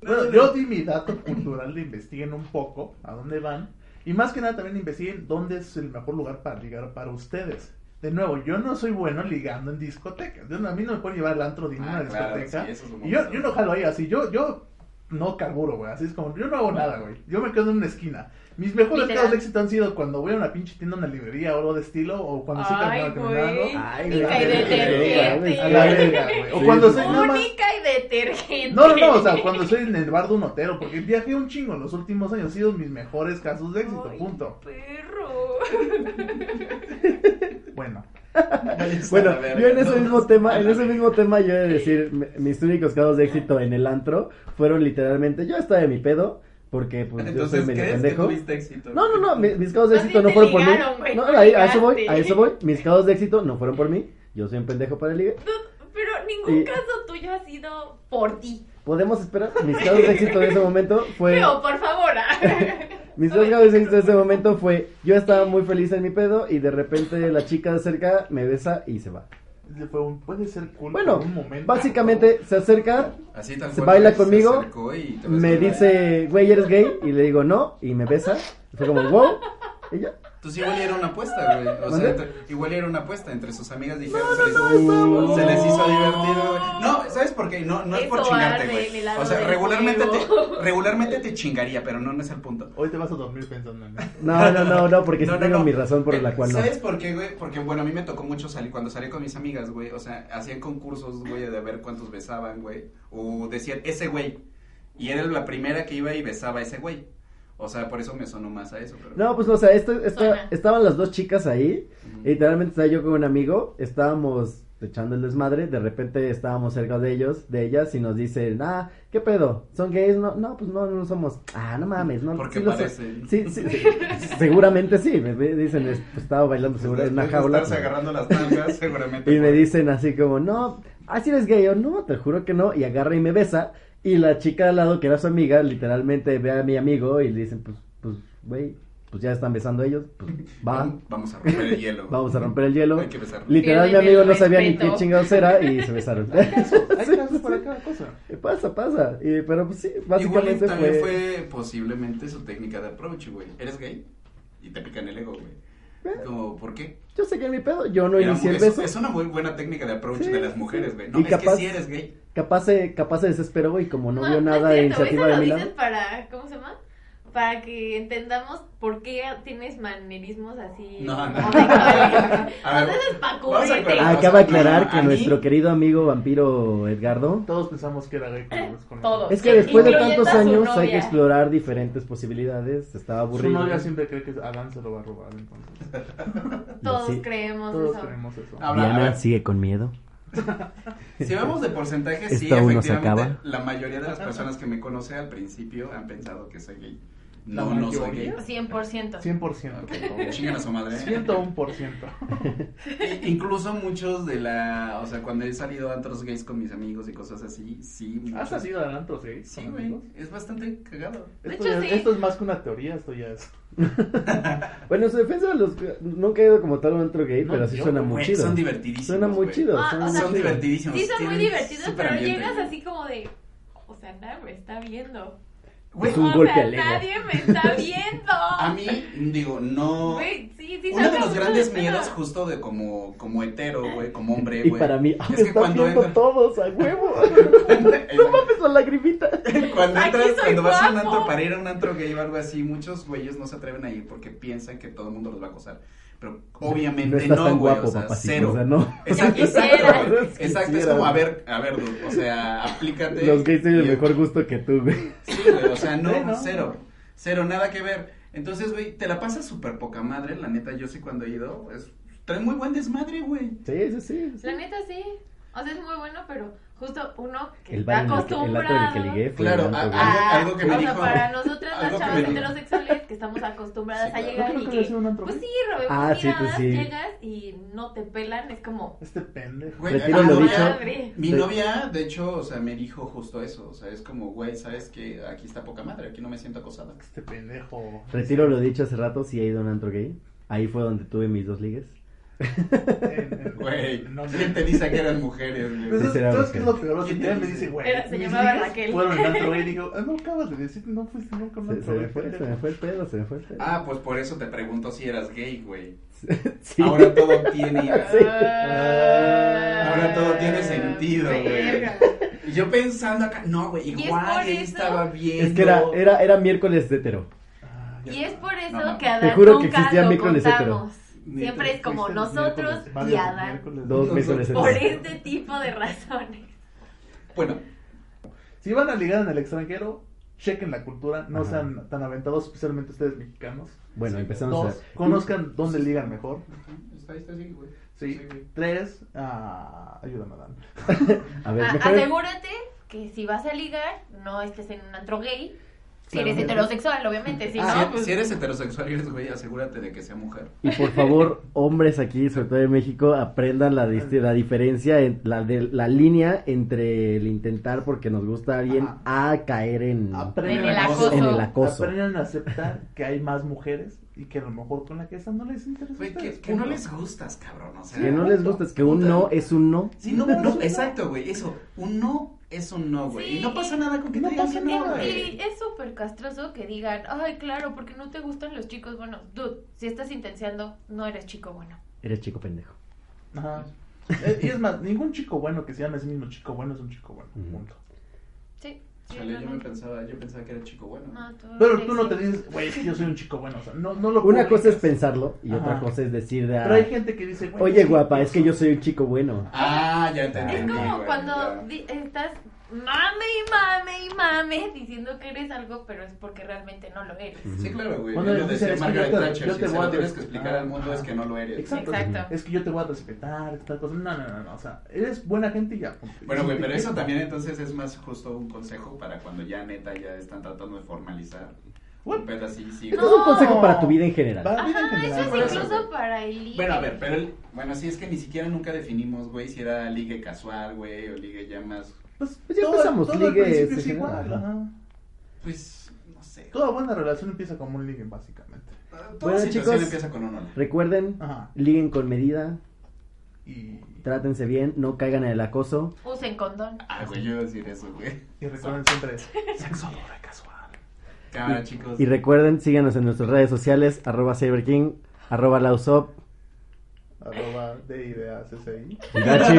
[SPEAKER 4] Bueno, yo di mi dato cultural de investiguen un poco a dónde van. Y más que nada también investiguen dónde es el mejor lugar para ligar para ustedes. De nuevo, yo no soy bueno ligando en discotecas. Yo no- a mí no me pueden llevar al antro de
[SPEAKER 3] Ah,
[SPEAKER 4] una
[SPEAKER 3] claro,
[SPEAKER 4] discoteca.
[SPEAKER 3] sí, eso es un
[SPEAKER 4] y yo,
[SPEAKER 3] momento.
[SPEAKER 4] yo no jalo ahí así. Yo, yo no carburo, güey. Así es como, yo no hago nada, güey. Yo me quedo en una esquina. Mis mejores
[SPEAKER 5] Literal.
[SPEAKER 4] casos de éxito han sido cuando voy a una pinche tienda, una librería o algo de estilo. O cuando estoy
[SPEAKER 5] Ay,
[SPEAKER 4] caminando, caminando.
[SPEAKER 5] güey.
[SPEAKER 2] Ay,
[SPEAKER 4] la
[SPEAKER 5] Única y
[SPEAKER 4] verga,
[SPEAKER 5] detergente.
[SPEAKER 4] A la verga, güey. O
[SPEAKER 2] Sí,
[SPEAKER 4] cuando
[SPEAKER 2] sí,
[SPEAKER 4] soy
[SPEAKER 2] sí.
[SPEAKER 4] nada más.
[SPEAKER 5] Única y detergente.
[SPEAKER 4] No, no, no, o sea, cuando soy en el bar de un hotel, porque viajé un chingo en los últimos años, han sido mis mejores casos de éxito,
[SPEAKER 5] Ay,
[SPEAKER 4] punto.
[SPEAKER 5] Perro.
[SPEAKER 4] Bueno,
[SPEAKER 3] Vayas a
[SPEAKER 2] Bueno,
[SPEAKER 3] la verga,
[SPEAKER 2] yo en ese
[SPEAKER 3] ¿no?
[SPEAKER 2] mismo tema,
[SPEAKER 3] A
[SPEAKER 2] en
[SPEAKER 3] la
[SPEAKER 2] ese
[SPEAKER 3] verga.
[SPEAKER 2] mismo tema yo he de decir, m- mis únicos casos de éxito en el antro fueron literalmente, yo estaba de mi pedo, porque pues yo soy
[SPEAKER 3] Entonces,
[SPEAKER 2] medio
[SPEAKER 3] ¿crees
[SPEAKER 2] pendejo.
[SPEAKER 3] que tuviste éxito?
[SPEAKER 2] No, no, no, mi- mis, casos de
[SPEAKER 5] Más
[SPEAKER 2] éxito
[SPEAKER 5] bien
[SPEAKER 2] no
[SPEAKER 5] te
[SPEAKER 2] fueron por mí.
[SPEAKER 5] ligaron, güey,
[SPEAKER 2] No,
[SPEAKER 5] no
[SPEAKER 2] ahí- a eso voy,
[SPEAKER 5] ligaste.
[SPEAKER 2] a eso voy. Mis casos de éxito no fueron por mí. Yo soy un pendejo para el ligue.
[SPEAKER 5] Pero ningún
[SPEAKER 2] Y-
[SPEAKER 5] caso tuyo ha sido por ti.
[SPEAKER 2] Podemos esperar. Mis casos de éxito en ese momento fue.
[SPEAKER 5] Pero, por favor. ah.
[SPEAKER 2] Mis dos casos de éxito en ese momento fue. Yo estaba muy feliz en mi pedo y de repente la chica de cerca me besa y se va.
[SPEAKER 4] le fue un- puede ser cool
[SPEAKER 2] Bueno,
[SPEAKER 4] por un momento.
[SPEAKER 2] básicamente se acerca,
[SPEAKER 3] Así tal
[SPEAKER 2] Se
[SPEAKER 3] cual,
[SPEAKER 2] baila
[SPEAKER 3] güey,
[SPEAKER 2] conmigo,
[SPEAKER 3] se acercó y te ves
[SPEAKER 2] me
[SPEAKER 3] con la-
[SPEAKER 2] dice, güey, eres gay. Y le digo, no. Y me besa. Fue como, wow. Y ya.
[SPEAKER 3] Entonces igual era una apuesta, güey. O
[SPEAKER 2] ¿Mande?
[SPEAKER 3] sea, entre- igual era una apuesta entre sus amigas dijeron, se, les,
[SPEAKER 2] no,
[SPEAKER 3] se les hizo
[SPEAKER 5] no.
[SPEAKER 3] divertido, güey. No, ¿sabes por qué? No, no es por
[SPEAKER 5] Eso
[SPEAKER 3] chingarte,
[SPEAKER 5] arde
[SPEAKER 3] güey.
[SPEAKER 5] el lado
[SPEAKER 3] O sea,
[SPEAKER 5] del
[SPEAKER 3] regularmente te,
[SPEAKER 5] juego.
[SPEAKER 3] regularmente te chingaría, pero no, no es el punto.
[SPEAKER 4] Hoy te vas a dormir pensando en eso.
[SPEAKER 2] No, no, no, no, porque
[SPEAKER 3] No,
[SPEAKER 2] sí
[SPEAKER 3] no,
[SPEAKER 2] tengo
[SPEAKER 3] no.
[SPEAKER 2] mi razón por
[SPEAKER 3] Eh,
[SPEAKER 2] la cual no.
[SPEAKER 3] ¿Sabes por qué, güey? Porque, bueno, a mí me tocó mucho salir, cuando salí con mis amigas, güey, o sea, hacían concursos, güey, de ver cuántos besaban, güey, o decían, ese güey, y era la primera que iba y besaba a ese güey. O sea, por eso me sonó más a eso. Pero...
[SPEAKER 2] No, pues, o sea, esto, esto-
[SPEAKER 5] Suena.
[SPEAKER 2] estaban las dos chicas ahí.
[SPEAKER 3] Ujú.
[SPEAKER 2] y literalmente estaba yo con un amigo. Estábamos echando el desmadre. De repente estábamos cerca de ellos, de ellas, y nos dicen, ah, ¿qué pedo? ¿Son gays? No, no pues no, no somos. Ah, no mames, no.
[SPEAKER 3] Porque
[SPEAKER 2] sí lo
[SPEAKER 3] parecen.
[SPEAKER 2] Sí, sí, sí. seguramente sí. Me, me dicen, es- pues, estaba bailando seguro en una
[SPEAKER 3] Después de
[SPEAKER 2] jaula. pues.
[SPEAKER 3] estarse agarrando las nalgas, seguramente.
[SPEAKER 2] Y me
[SPEAKER 3] fue.
[SPEAKER 2] dicen así como, no, así eres gay. Yo, no, te juro que no. Y agarra y me besa. Y la chica de al lado, que era su amiga, literalmente ve a mi amigo y le dicen, pues, pues, güey, pues ya están besando ellos. Pues, va,
[SPEAKER 3] Vam- Vamos a romper el hielo.
[SPEAKER 2] vamos a romper el hielo.
[SPEAKER 3] Hay que besarnos.
[SPEAKER 2] Literal, mi
[SPEAKER 5] Pierden
[SPEAKER 2] amigo
[SPEAKER 5] el
[SPEAKER 2] no sabía ni qué
[SPEAKER 5] respeto.
[SPEAKER 2] chingados era y se besaron.
[SPEAKER 4] Hay casos para cada cosa.
[SPEAKER 2] pasa, pasa. Y, pero pues sí,
[SPEAKER 3] Igual
[SPEAKER 2] básicamente
[SPEAKER 3] también
[SPEAKER 2] fue...
[SPEAKER 3] fue... posiblemente su técnica de approach, güey. ¿Eres gay? Y te pican el ego,
[SPEAKER 2] Eh.
[SPEAKER 3] güey. Como, ¿por qué?
[SPEAKER 2] Yo sé que mi pedo, yo no
[SPEAKER 3] Era
[SPEAKER 2] inicié
[SPEAKER 3] muy-
[SPEAKER 2] el
[SPEAKER 3] es-
[SPEAKER 2] beso.
[SPEAKER 3] Es una muy buena técnica de approach
[SPEAKER 2] Sí,
[SPEAKER 3] de las
[SPEAKER 2] sí,
[SPEAKER 3] mujeres,
[SPEAKER 2] sí.
[SPEAKER 3] güey. No,
[SPEAKER 2] Y
[SPEAKER 3] es
[SPEAKER 2] capaz-
[SPEAKER 3] que si eres gay.
[SPEAKER 2] Capaz, se, capaz se desesperó y como no, vio
[SPEAKER 5] Ah, es
[SPEAKER 2] nada de
[SPEAKER 5] cierto,
[SPEAKER 2] iniciativa
[SPEAKER 5] eso
[SPEAKER 2] de mi
[SPEAKER 5] lo
[SPEAKER 2] lado.
[SPEAKER 5] dices para, ¿cómo se llama? Para que entendamos por qué tienes manerismos así.
[SPEAKER 3] No, no.
[SPEAKER 5] homosexuales.
[SPEAKER 3] A ver,
[SPEAKER 5] O sea, eso es
[SPEAKER 3] vamos
[SPEAKER 5] pa'
[SPEAKER 3] a
[SPEAKER 5] cubrirte.
[SPEAKER 3] aclarar.
[SPEAKER 2] Ah,
[SPEAKER 3] O sea,
[SPEAKER 2] Acaba de aclarar
[SPEAKER 3] no,
[SPEAKER 2] que
[SPEAKER 3] a mí-
[SPEAKER 2] nuestro querido amigo vampiro Edgardo.
[SPEAKER 4] Todos pensamos que era gay con, con
[SPEAKER 5] Todos.
[SPEAKER 2] Es que después de
[SPEAKER 5] Incluyendo
[SPEAKER 2] tantos
[SPEAKER 5] a su
[SPEAKER 2] años
[SPEAKER 5] novia.
[SPEAKER 2] hay que explorar diferentes posibilidades. Estaba
[SPEAKER 4] Su
[SPEAKER 2] aburrido.
[SPEAKER 4] novia siempre cree que Adán se lo va a robar, entonces.
[SPEAKER 5] Todos
[SPEAKER 2] Sí.
[SPEAKER 5] creemos
[SPEAKER 4] Todos
[SPEAKER 5] eso.
[SPEAKER 4] creemos eso.
[SPEAKER 3] Ah, Habla, a
[SPEAKER 2] Diana
[SPEAKER 3] ver.
[SPEAKER 2] sigue con miedo.
[SPEAKER 3] Si vamos de porcentaje, sí,
[SPEAKER 2] Esto aún no se
[SPEAKER 3] efectivamente,
[SPEAKER 2] acaba.
[SPEAKER 3] la mayoría de las personas que me conocen al principio han pensado que soy gay.
[SPEAKER 4] ¿La
[SPEAKER 3] No, no soy gay.
[SPEAKER 4] mayoría?
[SPEAKER 5] 100%.
[SPEAKER 4] 100%, por
[SPEAKER 3] Ok,
[SPEAKER 4] favor.
[SPEAKER 3] Chingan a su madre.
[SPEAKER 4] 101%.
[SPEAKER 3] I- Incluso muchos de la. O sea, cuando he salido a antros gays con mis amigos y cosas así, sí. muchos-
[SPEAKER 4] ¿Has salido de antros gays?
[SPEAKER 3] Sí,
[SPEAKER 4] con
[SPEAKER 3] güey.
[SPEAKER 4] amigos?
[SPEAKER 3] Es bastante cagado.
[SPEAKER 5] De
[SPEAKER 4] Esto,
[SPEAKER 5] hecho,
[SPEAKER 4] ya-
[SPEAKER 5] sí.
[SPEAKER 4] esto es más que una teoría, esto ya es.
[SPEAKER 2] Bueno, en su defensa, los, nunca he ido como tal a un antro gay,
[SPEAKER 4] No,
[SPEAKER 2] pero sí
[SPEAKER 4] yo,
[SPEAKER 2] suena muy
[SPEAKER 3] Güey,
[SPEAKER 2] chido.
[SPEAKER 3] Son divertidísimos.
[SPEAKER 2] Suena muy
[SPEAKER 3] güey.
[SPEAKER 2] chido.
[SPEAKER 5] Ah,
[SPEAKER 2] suena
[SPEAKER 5] o
[SPEAKER 2] muy
[SPEAKER 5] sea,
[SPEAKER 3] Son
[SPEAKER 2] chido.
[SPEAKER 3] divertidísimos.
[SPEAKER 5] Sí, son muy
[SPEAKER 3] tienen
[SPEAKER 5] divertidos,
[SPEAKER 3] súper
[SPEAKER 5] pero
[SPEAKER 3] ambiente,
[SPEAKER 5] llegas
[SPEAKER 3] güey.
[SPEAKER 5] así como de. O sea, nadie me está viendo.
[SPEAKER 3] Güey,
[SPEAKER 2] Es un
[SPEAKER 5] o
[SPEAKER 2] golpe
[SPEAKER 5] sea,
[SPEAKER 2] al ego.
[SPEAKER 5] nadie me está viendo.
[SPEAKER 3] A mí, digo, no.
[SPEAKER 5] Güey, sí, sí,
[SPEAKER 3] Uno de
[SPEAKER 5] saca
[SPEAKER 3] los
[SPEAKER 5] mucho
[SPEAKER 3] grandes
[SPEAKER 5] respeto.
[SPEAKER 3] miedos justo de como, como hetero, güey, como hombre,
[SPEAKER 2] Y
[SPEAKER 3] güey.
[SPEAKER 2] para mí, ah, me
[SPEAKER 3] es que
[SPEAKER 2] están
[SPEAKER 3] cuando
[SPEAKER 2] viendo
[SPEAKER 3] entras,
[SPEAKER 2] todos a huevo. no
[SPEAKER 3] cuando
[SPEAKER 2] mames la lagrimita.
[SPEAKER 3] entras,
[SPEAKER 5] Aquí soy
[SPEAKER 3] cuando vas a un
[SPEAKER 5] guapo.
[SPEAKER 3] antro para ir a un antro gay o algo así, muchos güeyes no se atreven a ir porque piensan que todo el mundo los va a acosar. Pero
[SPEAKER 2] no
[SPEAKER 3] obviamente
[SPEAKER 2] estás
[SPEAKER 3] no,
[SPEAKER 2] tan
[SPEAKER 3] güey,
[SPEAKER 2] guapo,
[SPEAKER 3] o sea,
[SPEAKER 2] papacito,
[SPEAKER 3] cero.
[SPEAKER 2] O sea, no.
[SPEAKER 3] Exacto,
[SPEAKER 5] Ya
[SPEAKER 3] exacto,
[SPEAKER 5] quisiera.
[SPEAKER 3] güey.
[SPEAKER 2] Los
[SPEAKER 3] exacto, es
[SPEAKER 2] quisiera,
[SPEAKER 3] como, a
[SPEAKER 2] güey.
[SPEAKER 3] ver, a ver, dude, o sea, aplícate.
[SPEAKER 2] Los gays tienen el
[SPEAKER 3] Y-
[SPEAKER 2] mejor gusto que tú, güey.
[SPEAKER 3] Sí, güey, o sea, no,
[SPEAKER 4] Sí, ¿no?
[SPEAKER 3] cero. Cero, nada que ver. Entonces, güey, te la pasas súper poca madre, pues, la neta, yo sí cuando he ido, es, trae muy buen desmadre, güey.
[SPEAKER 2] Sí, sí, sí. sí.
[SPEAKER 5] La neta sí. O sea, es muy bueno, pero justo uno que
[SPEAKER 2] El
[SPEAKER 5] está
[SPEAKER 2] vato en el que- el vato en el
[SPEAKER 5] acostumbrado.
[SPEAKER 2] que ligué fue
[SPEAKER 3] Claro, ah,
[SPEAKER 2] Dante,
[SPEAKER 3] a-
[SPEAKER 2] güey.
[SPEAKER 3] a-
[SPEAKER 5] a-
[SPEAKER 3] algo que me
[SPEAKER 5] o sea,
[SPEAKER 3] dijo-
[SPEAKER 5] para nosotras
[SPEAKER 3] algo
[SPEAKER 5] las
[SPEAKER 3] que
[SPEAKER 5] chavas
[SPEAKER 3] me dijo.
[SPEAKER 5] heterosexuales que estamos acostumbradas
[SPEAKER 3] Sí,
[SPEAKER 5] a
[SPEAKER 3] claro.
[SPEAKER 4] Yo
[SPEAKER 5] llegar
[SPEAKER 4] creo
[SPEAKER 5] y
[SPEAKER 4] que debe
[SPEAKER 5] que,
[SPEAKER 4] ser un antro.
[SPEAKER 5] pues sí,
[SPEAKER 4] güey.
[SPEAKER 5] Robe,
[SPEAKER 2] Ah, sí, pues
[SPEAKER 5] miradas,
[SPEAKER 2] sí.
[SPEAKER 5] llegas y no te pelan, es como, "Ah,
[SPEAKER 4] Este pendejo.
[SPEAKER 3] Güey,
[SPEAKER 2] Retiro
[SPEAKER 3] a mi
[SPEAKER 2] lo
[SPEAKER 3] novia-
[SPEAKER 2] dicho.
[SPEAKER 5] madre.
[SPEAKER 3] Mi
[SPEAKER 2] Sí.
[SPEAKER 3] novia, de hecho, o sea, me dijo justo eso. O sea, es como, güey, ¿sabes que Aquí está poca madre, aquí no me siento acosada.
[SPEAKER 4] Este pendejo.
[SPEAKER 2] Retiro lo dicho hace rato, sí he ido a un antro gay. Ahí fue donde tuve mis dos ligues.
[SPEAKER 4] Eh, eh,
[SPEAKER 3] Güey,
[SPEAKER 4] no,
[SPEAKER 3] ¿quién te dice que eran mujeres,
[SPEAKER 4] Pues
[SPEAKER 3] güey?
[SPEAKER 2] Sí,
[SPEAKER 4] es-
[SPEAKER 2] será
[SPEAKER 4] ¿Sabes
[SPEAKER 2] mujer.
[SPEAKER 4] qué es lo peor? O sea,
[SPEAKER 3] ¿Quién
[SPEAKER 4] ya
[SPEAKER 3] te
[SPEAKER 4] me
[SPEAKER 3] dice?
[SPEAKER 4] dice, güey.
[SPEAKER 6] Pero se
[SPEAKER 4] mis
[SPEAKER 6] llamaba
[SPEAKER 4] ligas
[SPEAKER 6] Raquel.
[SPEAKER 4] Fueron al antro, güey. Y digo, ah, no acabas de decir, no fuiste nunca a un
[SPEAKER 2] Se, se
[SPEAKER 4] antro,
[SPEAKER 2] me
[SPEAKER 4] güey.
[SPEAKER 2] fue, se me
[SPEAKER 4] pendejo.
[SPEAKER 2] fue el pedo, se me fue el pedo.
[SPEAKER 3] Ah, pues por eso te pregunto si eras gay, güey.
[SPEAKER 2] Sí.
[SPEAKER 3] Ahora todo tiene.
[SPEAKER 5] Ah,
[SPEAKER 3] Ahora todo tiene sentido, güey.
[SPEAKER 5] verga.
[SPEAKER 3] Y yo pensando acá, no, güey,
[SPEAKER 5] es
[SPEAKER 3] igual
[SPEAKER 5] por
[SPEAKER 3] él
[SPEAKER 5] eso-
[SPEAKER 3] estaba bien.
[SPEAKER 2] Es que era, era, era miércoles de hetero.
[SPEAKER 4] Ah, ya.
[SPEAKER 5] Y es por eso
[SPEAKER 3] No, no.
[SPEAKER 5] que a
[SPEAKER 2] Te
[SPEAKER 5] Adán
[SPEAKER 2] juro que
[SPEAKER 5] nunca
[SPEAKER 2] existía
[SPEAKER 5] lo
[SPEAKER 2] miércoles hetero.
[SPEAKER 5] contamos. Siempre es como
[SPEAKER 4] Fuiste los
[SPEAKER 5] nosotros
[SPEAKER 4] miércoles,
[SPEAKER 5] y
[SPEAKER 4] varios
[SPEAKER 5] Adán.
[SPEAKER 4] miércoles.
[SPEAKER 2] Dos miércoles
[SPEAKER 5] Por
[SPEAKER 2] hetero.
[SPEAKER 5] este tipo de razones.
[SPEAKER 3] Bueno,
[SPEAKER 4] Si van a ligar en el extranjero, chequen la cultura, no
[SPEAKER 2] Ajá.
[SPEAKER 4] sean tan aventados, especialmente ustedes mexicanos.
[SPEAKER 2] Bueno,
[SPEAKER 3] Sí.
[SPEAKER 2] empezamos
[SPEAKER 4] Dos,
[SPEAKER 2] a...
[SPEAKER 4] conozcan dónde ligan mejor.
[SPEAKER 3] está, está así, güey.
[SPEAKER 4] Sí.
[SPEAKER 3] Sí, güey.
[SPEAKER 4] Tres, ah, ayúdame a Dan.
[SPEAKER 2] A ver,
[SPEAKER 5] Ah,
[SPEAKER 2] mejor...
[SPEAKER 5] asegúrate que si vas a ligar, no estés en un antro gay. Si
[SPEAKER 4] Claro.
[SPEAKER 5] eres heterosexual, obviamente. Si
[SPEAKER 3] Ah, Si-
[SPEAKER 5] no, pues,
[SPEAKER 3] si eres heterosexual y eres güey, asegúrate de que sea mujer.
[SPEAKER 2] Y por favor, hombres aquí, sobre todo en México, aprendan la, dis- la diferencia, en- la, de, la línea entre el intentar porque nos gusta bien a caer en...
[SPEAKER 4] Aprendan
[SPEAKER 5] En el
[SPEAKER 4] a-
[SPEAKER 5] acoso.
[SPEAKER 2] En el acoso.
[SPEAKER 4] Aprendan a aceptar que hay más mujeres y que a lo mejor con la que están no les interesa. a
[SPEAKER 3] Güey, que,
[SPEAKER 4] ustedes,
[SPEAKER 3] que no
[SPEAKER 4] punto.
[SPEAKER 3] les gustas, cabrón. O sea,
[SPEAKER 2] Que no les gusta, es que un no es un no.
[SPEAKER 3] Sí, no, no, exacto, güey. Eso, un no es un no, güey.
[SPEAKER 5] Sí.
[SPEAKER 3] Y no pasa nada con que
[SPEAKER 4] No
[SPEAKER 3] te digan
[SPEAKER 4] pasa
[SPEAKER 3] que no,
[SPEAKER 4] nada.
[SPEAKER 5] Y
[SPEAKER 3] güey.
[SPEAKER 5] es súper castroso que digan, ay, claro, porque no te gustan los chicos buenos. Dude, si estás intenciando, no eres chico bueno.
[SPEAKER 2] Eres chico pendejo.
[SPEAKER 4] Ajá. Eh, Y es más, ningún chico bueno que se llame a sí mismo chico bueno es un chico bueno.
[SPEAKER 2] Ujú.
[SPEAKER 4] Punto.
[SPEAKER 5] Sí. sí,
[SPEAKER 3] Chale, yo me
[SPEAKER 5] realmente.
[SPEAKER 3] pensaba, yo pensaba que era chico bueno.
[SPEAKER 5] No, tú
[SPEAKER 4] Pero
[SPEAKER 5] eres-
[SPEAKER 4] tú no te dices, güey, es que yo soy un chico bueno. O sea, no, no lo
[SPEAKER 2] Una cosa es
[SPEAKER 4] publicas.
[SPEAKER 2] pensarlo y otra
[SPEAKER 4] Ajá.
[SPEAKER 2] cosa es decir de... ah,
[SPEAKER 4] Pero hay gente que dice, güey,
[SPEAKER 2] Oye,
[SPEAKER 4] sí,
[SPEAKER 2] guapa, es que yo soy un chico bueno.
[SPEAKER 3] Ah, ya entendí.
[SPEAKER 5] Es
[SPEAKER 3] güey,
[SPEAKER 5] como
[SPEAKER 3] ya.
[SPEAKER 5] cuando di- estás mame y mame y mame diciendo que eres algo, pero es porque realmente no lo eres.
[SPEAKER 3] Sí, claro, güey. Cuando
[SPEAKER 4] Cuando
[SPEAKER 3] lo
[SPEAKER 4] dicen,
[SPEAKER 3] decía
[SPEAKER 4] es que
[SPEAKER 3] Margaret
[SPEAKER 4] yo te-
[SPEAKER 3] Thatcher,
[SPEAKER 4] yo
[SPEAKER 3] si
[SPEAKER 4] te
[SPEAKER 3] se
[SPEAKER 4] voy a
[SPEAKER 3] lo tienes que
[SPEAKER 4] respetar.
[SPEAKER 3] explicar al mundo es que no lo eres.
[SPEAKER 4] Exacto.
[SPEAKER 5] Exacto.
[SPEAKER 4] Es que yo te voy a respetar, tal cosa. No, no, no, no. O sea, eres buena gente y ya. punto.
[SPEAKER 3] Bueno,
[SPEAKER 4] Y
[SPEAKER 3] güey,
[SPEAKER 4] te
[SPEAKER 3] pero eso
[SPEAKER 4] quiero.
[SPEAKER 3] también entonces es más justo un consejo para cuando ya neta ya están tratando de formalizar.
[SPEAKER 4] Güey,
[SPEAKER 3] Un pedo así, sí.
[SPEAKER 2] Esto Este es un consejo para tu vida en general.
[SPEAKER 4] va bien en
[SPEAKER 5] Ajá,
[SPEAKER 4] general.
[SPEAKER 5] eso
[SPEAKER 3] por
[SPEAKER 5] es
[SPEAKER 3] eso,
[SPEAKER 5] incluso
[SPEAKER 3] güey.
[SPEAKER 5] para el ligue.
[SPEAKER 3] Bueno, a ver, pero el- bueno, sí es que ni siquiera nunca definimos, güey, si era ligue casual, güey, o ligue ya más,
[SPEAKER 4] Pues,
[SPEAKER 2] Pues ya
[SPEAKER 4] todo-
[SPEAKER 2] empezamos,
[SPEAKER 4] todo al
[SPEAKER 2] ligue
[SPEAKER 4] principio
[SPEAKER 2] es
[SPEAKER 4] es igual.
[SPEAKER 2] general.
[SPEAKER 4] ajá.
[SPEAKER 3] pues, no sé.
[SPEAKER 4] Toda buena relación empieza como un ligue, básicamente.
[SPEAKER 3] Toda
[SPEAKER 2] Bueno,
[SPEAKER 3] situación
[SPEAKER 2] chicos.
[SPEAKER 3] empieza con un hola.
[SPEAKER 2] Recuerden,
[SPEAKER 4] Ajá.
[SPEAKER 2] liguen con medida,
[SPEAKER 4] Y,
[SPEAKER 2] trátense bien, no caigan en el acoso.
[SPEAKER 5] Usen condón.
[SPEAKER 3] Ah, güey, yo iba a decir eso, güey.
[SPEAKER 4] y recuerden siempre, sexo duro y casual.
[SPEAKER 3] Cámara, chicos.
[SPEAKER 2] Y recuerden, síganos en nuestras redes sociales, arroba CyberKing, arroba Lausop,
[SPEAKER 4] Arroba de ideas SI.
[SPEAKER 2] y Gachi.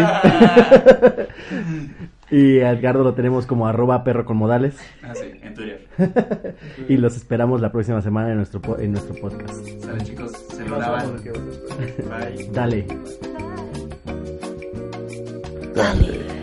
[SPEAKER 2] y a Edgardo lo tenemos como arroba perro con modales.
[SPEAKER 3] Ah, sí, en Twitter.
[SPEAKER 2] Y los esperamos la próxima semana en nuestro, po- en nuestro podcast.
[SPEAKER 3] Sale, chicos, se
[SPEAKER 4] No
[SPEAKER 3] lo
[SPEAKER 4] sabemos de
[SPEAKER 3] lavan.
[SPEAKER 4] qué va a ser.
[SPEAKER 3] Bye.
[SPEAKER 2] Dale.
[SPEAKER 5] Bye.
[SPEAKER 3] Dale.